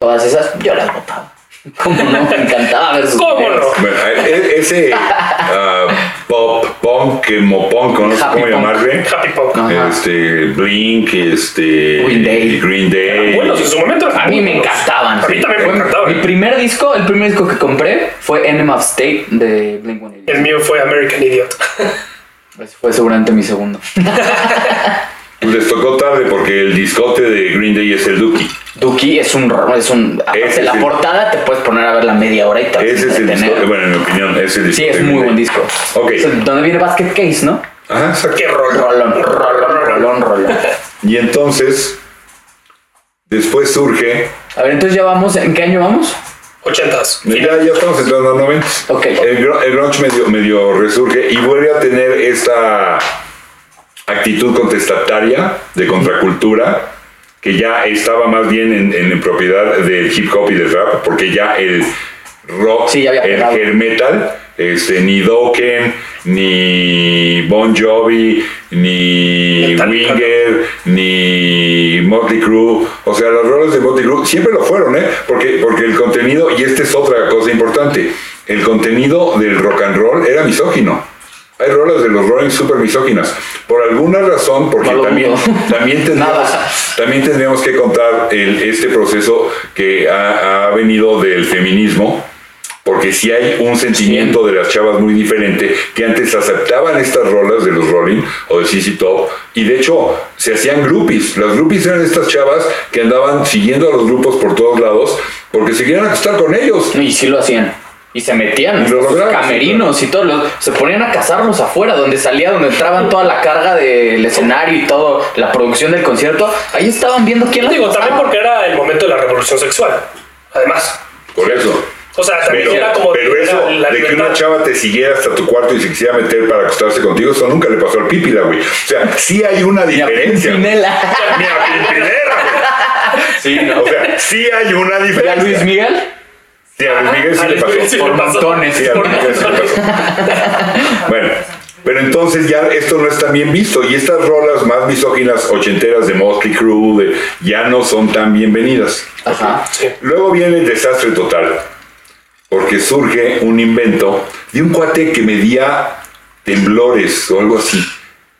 Speaker 3: todas esas, yo las votaba. ¿Cómo no? Me encantaba ver sus
Speaker 2: ¿Cómo
Speaker 3: videos.
Speaker 2: no?
Speaker 1: Bueno, e- ese ah, pop, punk, emo punk, no sé
Speaker 3: Happy
Speaker 1: cómo
Speaker 3: punk.
Speaker 1: llamarle.
Speaker 2: Happy Pop.
Speaker 3: No. Ajá.
Speaker 1: Este, Blink, este.
Speaker 3: Green Day.
Speaker 1: Green Day.
Speaker 2: Buenos en su momento.
Speaker 3: A mí me encantaban.
Speaker 2: A mí también me
Speaker 3: Fue mi-
Speaker 2: encantaban.
Speaker 3: Mi primer disco, el primer disco que compré fue Enema of State de Blink
Speaker 2: El
Speaker 3: 182.
Speaker 2: mío fue American Idiot.
Speaker 3: Ese fue seguramente mi segundo.
Speaker 1: Pues Les tocó tarde porque el discote de Green Day es el Duki.
Speaker 3: Duki es un ro- es un aparte
Speaker 1: Ese
Speaker 3: la
Speaker 1: sí.
Speaker 3: portada te puedes poner a ver la media hora y te vas a
Speaker 1: Ese es el
Speaker 3: entretener.
Speaker 1: discote, bueno, en mi opinión, es el
Speaker 3: Sí,
Speaker 1: discote.
Speaker 3: es
Speaker 1: de
Speaker 3: muy
Speaker 1: Green
Speaker 3: buen
Speaker 1: Day.
Speaker 3: disco.
Speaker 1: Ok.
Speaker 3: Es donde viene Basket Case, ¿no?
Speaker 1: Ajá, exacto.
Speaker 2: Qué rollo.
Speaker 3: Rolón, rolón, rolón, rolón.
Speaker 1: Y entonces, después surge.
Speaker 3: A ver, entonces ya vamos, ¿en qué año vamos?
Speaker 2: 80s.
Speaker 1: Ya, ya estamos entrando a los 90.
Speaker 3: Ok.
Speaker 1: El, gr- el grunge medio, medio resurge y vuelve a tener esta actitud contestataria de contracultura que ya estaba más bien en, en propiedad del hip hop y del rap, porque ya el rock,
Speaker 3: Sí, ya había
Speaker 1: el
Speaker 3: pegado.
Speaker 1: hair metal, este, ni Dokken, ni Bon Jovi, ni
Speaker 2: Metallica.
Speaker 1: Winger, ni Motley Crue, o sea, las rolas de Motley Crue siempre lo fueron, ¿eh? Porque, porque el contenido, y esta es otra cosa importante, el contenido del rock and roll era misógino. Hay rolas de los Rolling super misóginas. Por alguna razón, porque
Speaker 3: No lo
Speaker 1: también,
Speaker 3: dudo.
Speaker 1: también tendríamos,
Speaker 3: Nada.
Speaker 1: también tendríamos que contar el- este proceso que ha, ha venido del feminismo, porque si hay un sentimiento de las chavas muy diferente, que antes aceptaban estas rolas de los Rolling o de CC Top, y de hecho se hacían groupies. Las groupies eran estas chavas que andaban siguiendo a los grupos por todos lados, porque se querían acostar con ellos.
Speaker 3: Y sí lo hacían. Y se metían
Speaker 1: Y lo
Speaker 3: los
Speaker 1: lograron,
Speaker 3: camerinos y todos los, se ponían a cazarlos afuera, donde salía, donde entraban toda la carga del escenario y todo, la producción del concierto. Ahí estaban viendo quién la
Speaker 2: Digo,
Speaker 3: pasaba.
Speaker 2: también porque era el momento de la revolución sexual. Además.
Speaker 1: Por eso.
Speaker 2: O sea, también
Speaker 1: Pero,
Speaker 2: era como.
Speaker 1: pero
Speaker 2: era
Speaker 1: eso
Speaker 2: la
Speaker 1: de que
Speaker 2: libertad.
Speaker 1: una chava te siguiera hasta tu cuarto y se quisiera meter para acostarse contigo, eso nunca le pasó al pipila, güey. O sea, sí hay una
Speaker 3: Y a
Speaker 1: diferencia. güey.
Speaker 3: Pimpinela.
Speaker 1: Ni a Pimpinela,
Speaker 3: Sí,
Speaker 1: güey. O sea, sí hay una
Speaker 3: ¿Y a
Speaker 1: diferencia.
Speaker 3: Luis Miguel?
Speaker 1: Sí, a Luis Miguel sí
Speaker 2: Ah, A
Speaker 1: le
Speaker 2: Luis Miguel
Speaker 1: pasó.
Speaker 2: sí le
Speaker 3: Por
Speaker 2: pasó.
Speaker 3: montones.
Speaker 1: Sí, a Luis Miguel sí le pasó. Bueno, pero entonces ya esto no es tan bien visto y estas rolas más misóginas ochenteras de Motley Crue de- ya no son tan bienvenidas.
Speaker 3: Ajá.
Speaker 2: Sí.
Speaker 1: Luego viene el desastre total, porque surge un invento de un cuate que medía temblores o algo así.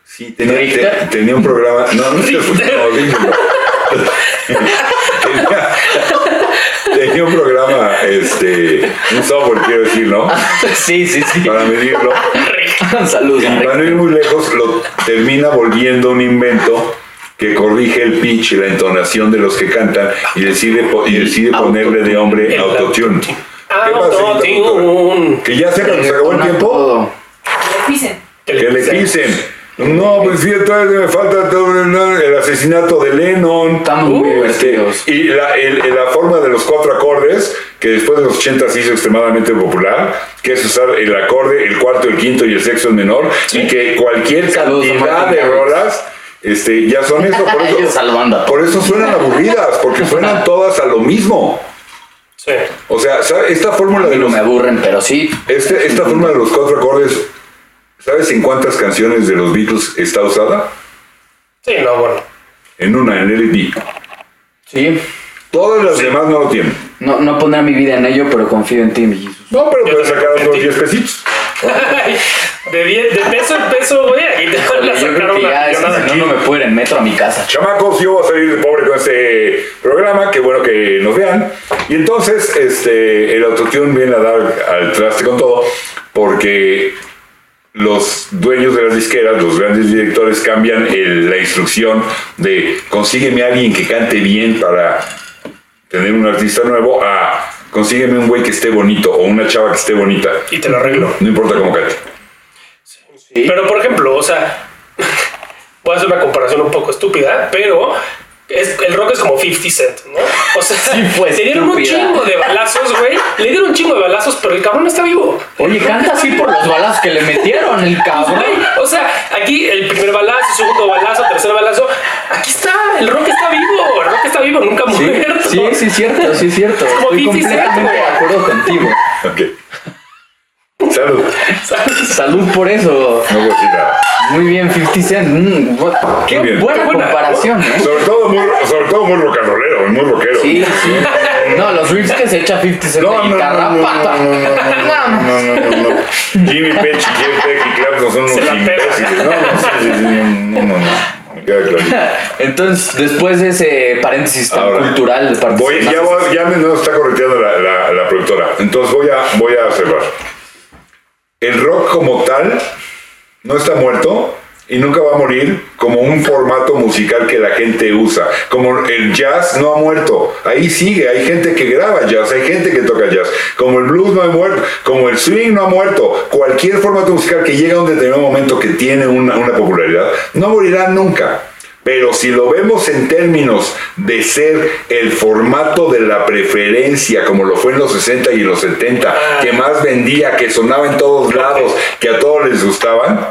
Speaker 1: Sí, tenía, te-
Speaker 3: Richter.
Speaker 1: tenía un programa. No, no, no,
Speaker 2: Richter.
Speaker 1: no, dímelo. tenía, tenía un programa, este, un software, quiero decir, ¿no?
Speaker 3: Sí, sí, sí.
Speaker 1: Para medirlo.
Speaker 3: Saludos.
Speaker 1: Y
Speaker 3: Enrique.
Speaker 1: para no ir muy lejos, lo termina volviendo un invento que corrige el pitch y la entonación de los que cantan y decide, po- y decide ponerle de hombre
Speaker 2: El
Speaker 1: autotune. ¿Qué
Speaker 2: Ah,
Speaker 1: pasa,
Speaker 2: Autotune.
Speaker 1: interruptora? Que ya se nos acabó el tiempo.
Speaker 3: Todo.
Speaker 4: Le pisen.
Speaker 1: Que le pisen. No, pues sí, todavía me falta todo el, el asesinato de Lennon.
Speaker 3: Estamos muy
Speaker 1: Este,
Speaker 3: divertidos.
Speaker 1: y la, el- el- la forma de los cuatro acordes, que después de los 80 se hizo extremadamente popular, que es usar el acorde, el cuarto, el quinto y el sexto en menor, y que cualquier
Speaker 3: Saludos a
Speaker 1: cantidad
Speaker 3: Martin
Speaker 1: de
Speaker 3: Garrix.
Speaker 1: rolas este, ya son eso. Por
Speaker 3: Ellos
Speaker 1: eso,
Speaker 3: salvando.
Speaker 1: por eso suenan aburridas, porque suenan todas a lo mismo.
Speaker 2: Sí.
Speaker 1: O sea, ¿sabe? esta
Speaker 3: A
Speaker 1: fórmula
Speaker 3: mí
Speaker 1: de
Speaker 3: no
Speaker 1: los,
Speaker 3: me aburren, pero sí.
Speaker 1: este- esta fórmula de los cuatro acordes, ¿sabes en cuántas canciones de los Beatles está usada?
Speaker 2: Sí, no, bueno.
Speaker 1: En una, en el B.
Speaker 3: Sí.
Speaker 1: Todas las demás no lo tienen.
Speaker 3: No, no pondré mi vida en ello, pero confío en ti, mi Jesús.
Speaker 1: No, pero
Speaker 2: Yo
Speaker 1: puedes
Speaker 2: también
Speaker 1: sacar
Speaker 2: confío en
Speaker 1: otros
Speaker 2: ti.
Speaker 1: 10 pesitos.
Speaker 2: De, die- de peso en peso, güey, ahí te van a
Speaker 3: Yo
Speaker 2: sacar
Speaker 3: creo que
Speaker 2: una
Speaker 3: ya es que
Speaker 2: millonada.
Speaker 3: si no, no me puedo ir en metro a mi casa.
Speaker 1: Chamacos, yo voy a salir de pobre con este programa, qué bueno que nos vean. Y entonces, este, el autotune viene a dar al traste con todo, porque los dueños de las disqueras, los grandes directores, cambian el- la instrucción de consígueme a alguien que cante bien para tener un artista nuevo a consígueme un güey que esté bonito o una chava que esté bonita.
Speaker 2: Y te lo arreglo.
Speaker 1: No importa cómo cante.
Speaker 2: Pero por ejemplo, o sea, voy a hacer una comparación un poco estúpida, pero es- el rock es como 50 Cent, ¿no? O sea,
Speaker 3: fue
Speaker 2: le dieron un
Speaker 3: pues, estúpida.
Speaker 2: chingo de balazos, güey. Le dieron un chingo de balazos, pero el cabrón está vivo.
Speaker 3: Oye, canta así por los balas que le metieron, el cabrón.
Speaker 2: Güey, o sea, aquí el primer balazo, segundo balazo, tercer balazo. Aquí está, el rock está vivo, el rock está vivo, nunca
Speaker 3: Sí,
Speaker 2: muerto.
Speaker 3: sí, sí, cierto, sí, cierto.
Speaker 2: Como
Speaker 3: Estoy
Speaker 2: 50 Cent,
Speaker 3: completamente de
Speaker 2: güey.
Speaker 3: acuerdo contigo.
Speaker 1: Ok. Salud.
Speaker 2: ¿Sabes?
Speaker 3: Salud por eso.
Speaker 1: No voy a decir nada.
Speaker 3: Muy bien, 50 Cent. Mm, bu- qué
Speaker 1: Muy bien.
Speaker 3: buena
Speaker 2: Qué buena,
Speaker 3: comparación, ¿eh?
Speaker 1: Sobre todo muy, sobre todo muy rocanrolero, muy rockero.
Speaker 3: Sí, sí. No, los riffs que se echa 50 Cent
Speaker 1: No,
Speaker 3: de
Speaker 1: no,
Speaker 3: guitarra,
Speaker 1: no, no,
Speaker 3: pata.
Speaker 1: no, no, no, no, no, no, no. Jimmy Page y Jeff Beck y Clapton son unos
Speaker 2: Se la pela.
Speaker 1: imbéciles. No, no, sí, sí, sí, no, no, no. Me queda claro.
Speaker 3: Entonces, después de ese paréntesis tan
Speaker 1: Ahora,
Speaker 3: cultural de parte
Speaker 1: Voy,
Speaker 3: de-
Speaker 1: ya, voy- ya me nos está correteando la, la- la productora. Entonces voy a, voy a cerrar. El rock como tal no está muerto y nunca va a morir como un formato musical que la gente usa. Como el jazz no ha muerto, ahí sigue, hay gente que graba jazz, hay gente que toca jazz. Como el blues no ha muerto, como el swing no ha muerto. Cualquier formato musical que llega a un determinado momento que tiene una, una popularidad, no morirá nunca. Pero si lo vemos en términos de ser el formato de la preferencia, como lo fue en los 60 y en los 70, que más vendía, que sonaba en todos lados, que a todos les gustaban,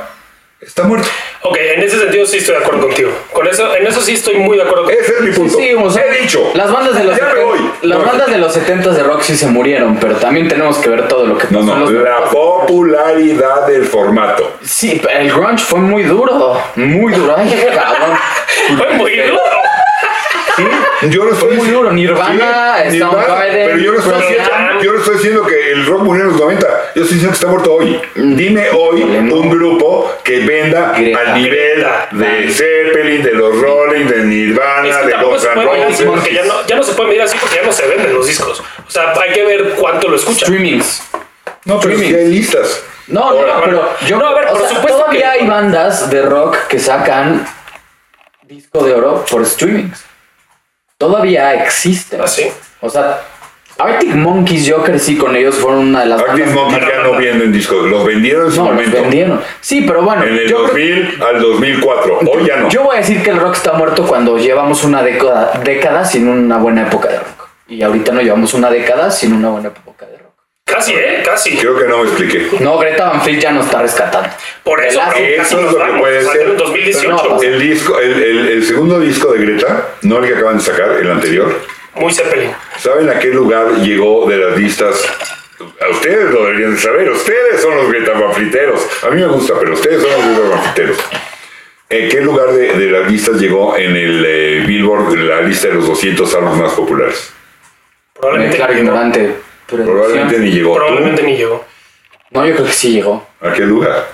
Speaker 1: está muerto.
Speaker 2: Ok, en ese sentido sí estoy de acuerdo contigo. Con eso, en eso sí estoy muy de acuerdo contigo.
Speaker 1: Ese es mi punto.
Speaker 3: Sí, o sea,
Speaker 1: He dicho.
Speaker 3: Las bandas de los,
Speaker 1: Ya me
Speaker 3: 70
Speaker 1: voy.
Speaker 3: las
Speaker 1: No,
Speaker 3: bandas de los 70 de rock sí se murieron, pero también tenemos que ver todo lo que
Speaker 1: No,
Speaker 3: pasó. en
Speaker 1: no,
Speaker 3: los
Speaker 1: la
Speaker 3: 90s.
Speaker 1: popularidad del formato.
Speaker 3: Sí, pero el grunge fue muy duro, muy duro. Ay, cabrón.
Speaker 2: Fue muy duro.
Speaker 1: Yo no estoy
Speaker 3: muy
Speaker 1: dici-
Speaker 3: duro, Nirvana, Soundgarden,
Speaker 1: pero yo no, estoy
Speaker 3: Pearl
Speaker 1: diciendo,
Speaker 2: Jam.
Speaker 1: yo no estoy diciendo que el rock murió en los 90, yo estoy diciendo que está muerto hoy. Dime hoy
Speaker 3: Híjole, Mm. no.
Speaker 1: un grupo que venda
Speaker 3: Greta.
Speaker 1: al nivel
Speaker 2: Greta.
Speaker 1: de Zeppelin, de los Rolling, de Nirvana,
Speaker 2: Es que
Speaker 1: de
Speaker 2: tampoco
Speaker 1: Guns
Speaker 2: se
Speaker 1: N'
Speaker 2: puede medir así
Speaker 1: Roses.
Speaker 2: porque ya no, ya no se puede medir así porque ya no se venden los discos. O sea, hay que ver cuánto lo escuchan.
Speaker 3: Streamings.
Speaker 1: No, pero sí
Speaker 3: streaming.
Speaker 1: hay listas.
Speaker 3: No, no,
Speaker 2: Ahora,
Speaker 3: no, pero
Speaker 2: bueno,
Speaker 3: yo
Speaker 2: no, a ver,
Speaker 3: o
Speaker 2: por
Speaker 3: sea,
Speaker 2: supuesto
Speaker 3: todavía
Speaker 2: que-
Speaker 3: hay bandas de rock que sacan disco de oro por streamings. Todavía existen.
Speaker 2: Ah, sí.
Speaker 3: O sea, Arctic Monkeys yo crecí con ellos, fueron una de las
Speaker 1: Arctic
Speaker 3: bandas-
Speaker 1: Monkey ya no venden discos, los vendieron en su
Speaker 3: No, los
Speaker 1: momento.
Speaker 3: vendieron. Sí, pero bueno,
Speaker 1: En el
Speaker 3: yo creo-
Speaker 1: 2000 al 2004, hoy ya no.
Speaker 3: Yo voy a decir que el rock está muerto cuando llevamos una década, década sin una buena época de rock. Y ahorita no llevamos una década sin una buena época de rock.
Speaker 2: Casi, ¿eh? Casi.
Speaker 1: Creo que no me expliqué.
Speaker 3: No, Greta Van Fleet ya nos está rescatando.
Speaker 2: Por eso,
Speaker 3: Velázquez,
Speaker 2: pero casi
Speaker 1: Eso es
Speaker 2: nos
Speaker 1: lo que
Speaker 2: vamos.
Speaker 1: puede
Speaker 2: O sea,
Speaker 1: ser. pues,
Speaker 2: en 2018.
Speaker 3: Pero no,
Speaker 1: El disco, el, el- el segundo disco de Greta, no el que acaban de sacar, el anterior.
Speaker 2: muy Zeppelin.
Speaker 1: ¿Saben a qué lugar llegó de las listas? A ustedes lo deberían de saber. Ustedes son los Greta Manfliteros. A mí me gusta, pero ustedes son los Greta Manfliteros. ¿En qué lugar de, de las listas llegó en el eh, Billboard, la lista de los 200 álbumes más populares?
Speaker 3: Me
Speaker 2: Probablemente
Speaker 3: declaro
Speaker 2: ni llegó.
Speaker 3: ignorante. Pero-
Speaker 1: Probablemente ni llegó.
Speaker 2: Probablemente ni llegó.
Speaker 3: No, yo creo que sí llegó.
Speaker 1: ¿Tú? ¿A qué lugar?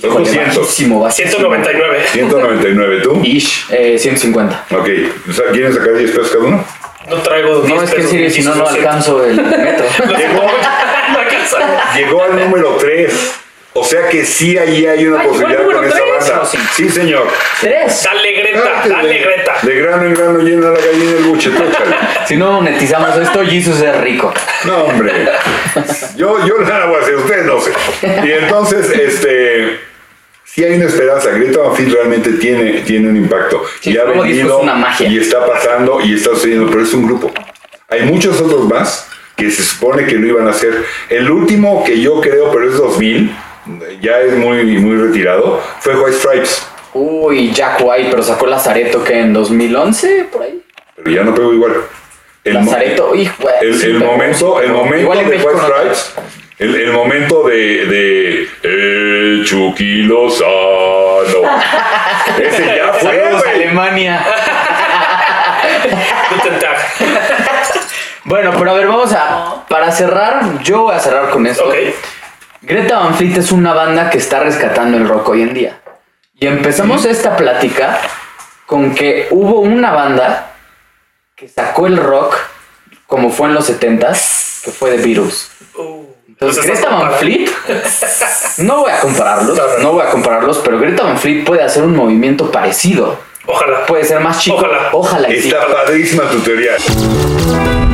Speaker 1: Son
Speaker 3: Híjole,
Speaker 1: 200.
Speaker 3: bajísimo, bajísimo.
Speaker 2: 199.
Speaker 1: 199, ¿tú?
Speaker 3: Ish, eh, 150.
Speaker 1: Ok. sa- ¿Quieren sacar 10 pesos cada uno?
Speaker 2: No traigo
Speaker 3: No,
Speaker 2: 10
Speaker 3: es que en
Speaker 2: pesos,
Speaker 3: serio, si no, no
Speaker 2: 16.
Speaker 3: alcanzo el metro.
Speaker 1: Llegó,
Speaker 2: No alcanza.
Speaker 1: llegó al número 3. O sea que sí, ahí hay una
Speaker 2: Ay, llegó al
Speaker 1: posibilidad
Speaker 2: número
Speaker 1: con esa
Speaker 2: tres.
Speaker 1: banda.
Speaker 3: No, sí.
Speaker 1: Sí, señor.
Speaker 3: Tres.
Speaker 2: Dale Greta, dale Greta.
Speaker 1: De grano en grano llena la gallina el buche, tú échale.
Speaker 3: Si no monetizamos esto, Jesus es rico.
Speaker 1: No, hombre. Yo, yo nada voy a hacer, ustedes no sé. Y entonces, este. sí hay una esperanza. Greta Van Fleet realmente tiene, tiene un impacto.
Speaker 3: Sí,
Speaker 1: y ha
Speaker 3: como dijo,
Speaker 1: venido
Speaker 3: es una magia.
Speaker 1: y está pasando y está sucediendo, pero es un grupo. Hay muchos otros más que se supone que lo iban a hacer. El último que yo creo, pero es 2000, ya es muy, muy retirado, fue White Stripes.
Speaker 3: Uy, Jack White, pero sacó Lazareto que en 2011, por ahí.
Speaker 1: Pero ya no pegó igual. El mo-
Speaker 3: Lazareto, hijo. eh,
Speaker 1: el,
Speaker 3: sí,
Speaker 1: el
Speaker 3: pero-
Speaker 1: momento, el momento
Speaker 3: Igual
Speaker 1: de
Speaker 3: en México
Speaker 1: White
Speaker 3: no tanto.
Speaker 1: Stripes, el, el momento de, de eh, Chucky Lozano. Ese ya fue,
Speaker 3: Saludos,
Speaker 1: güey.
Speaker 3: Alemania.
Speaker 2: Guten Tag.
Speaker 3: Bueno, pero a ver, vamos a. Para cerrar, yo voy a cerrar con esto.
Speaker 2: Ok.
Speaker 3: Greta Van Fleet es una banda que está rescatando el rock hoy en día. Y empezamos esta plática con que hubo una banda que sacó el rock como fue en los 70s, que fue The Beatles.
Speaker 2: Uh,
Speaker 3: Entonces,
Speaker 2: estás
Speaker 3: Greta Van
Speaker 2: comparando.
Speaker 3: Fleet, no voy a compararlos,
Speaker 2: No, no, no.
Speaker 3: no voy a compararlos, pero Greta Van Fleet puede hacer un movimiento parecido.
Speaker 2: Ojalá.
Speaker 3: Puede ser más chico.
Speaker 2: Ojalá.
Speaker 3: Ojalá. y sí.
Speaker 1: Está padrísima tu teoría.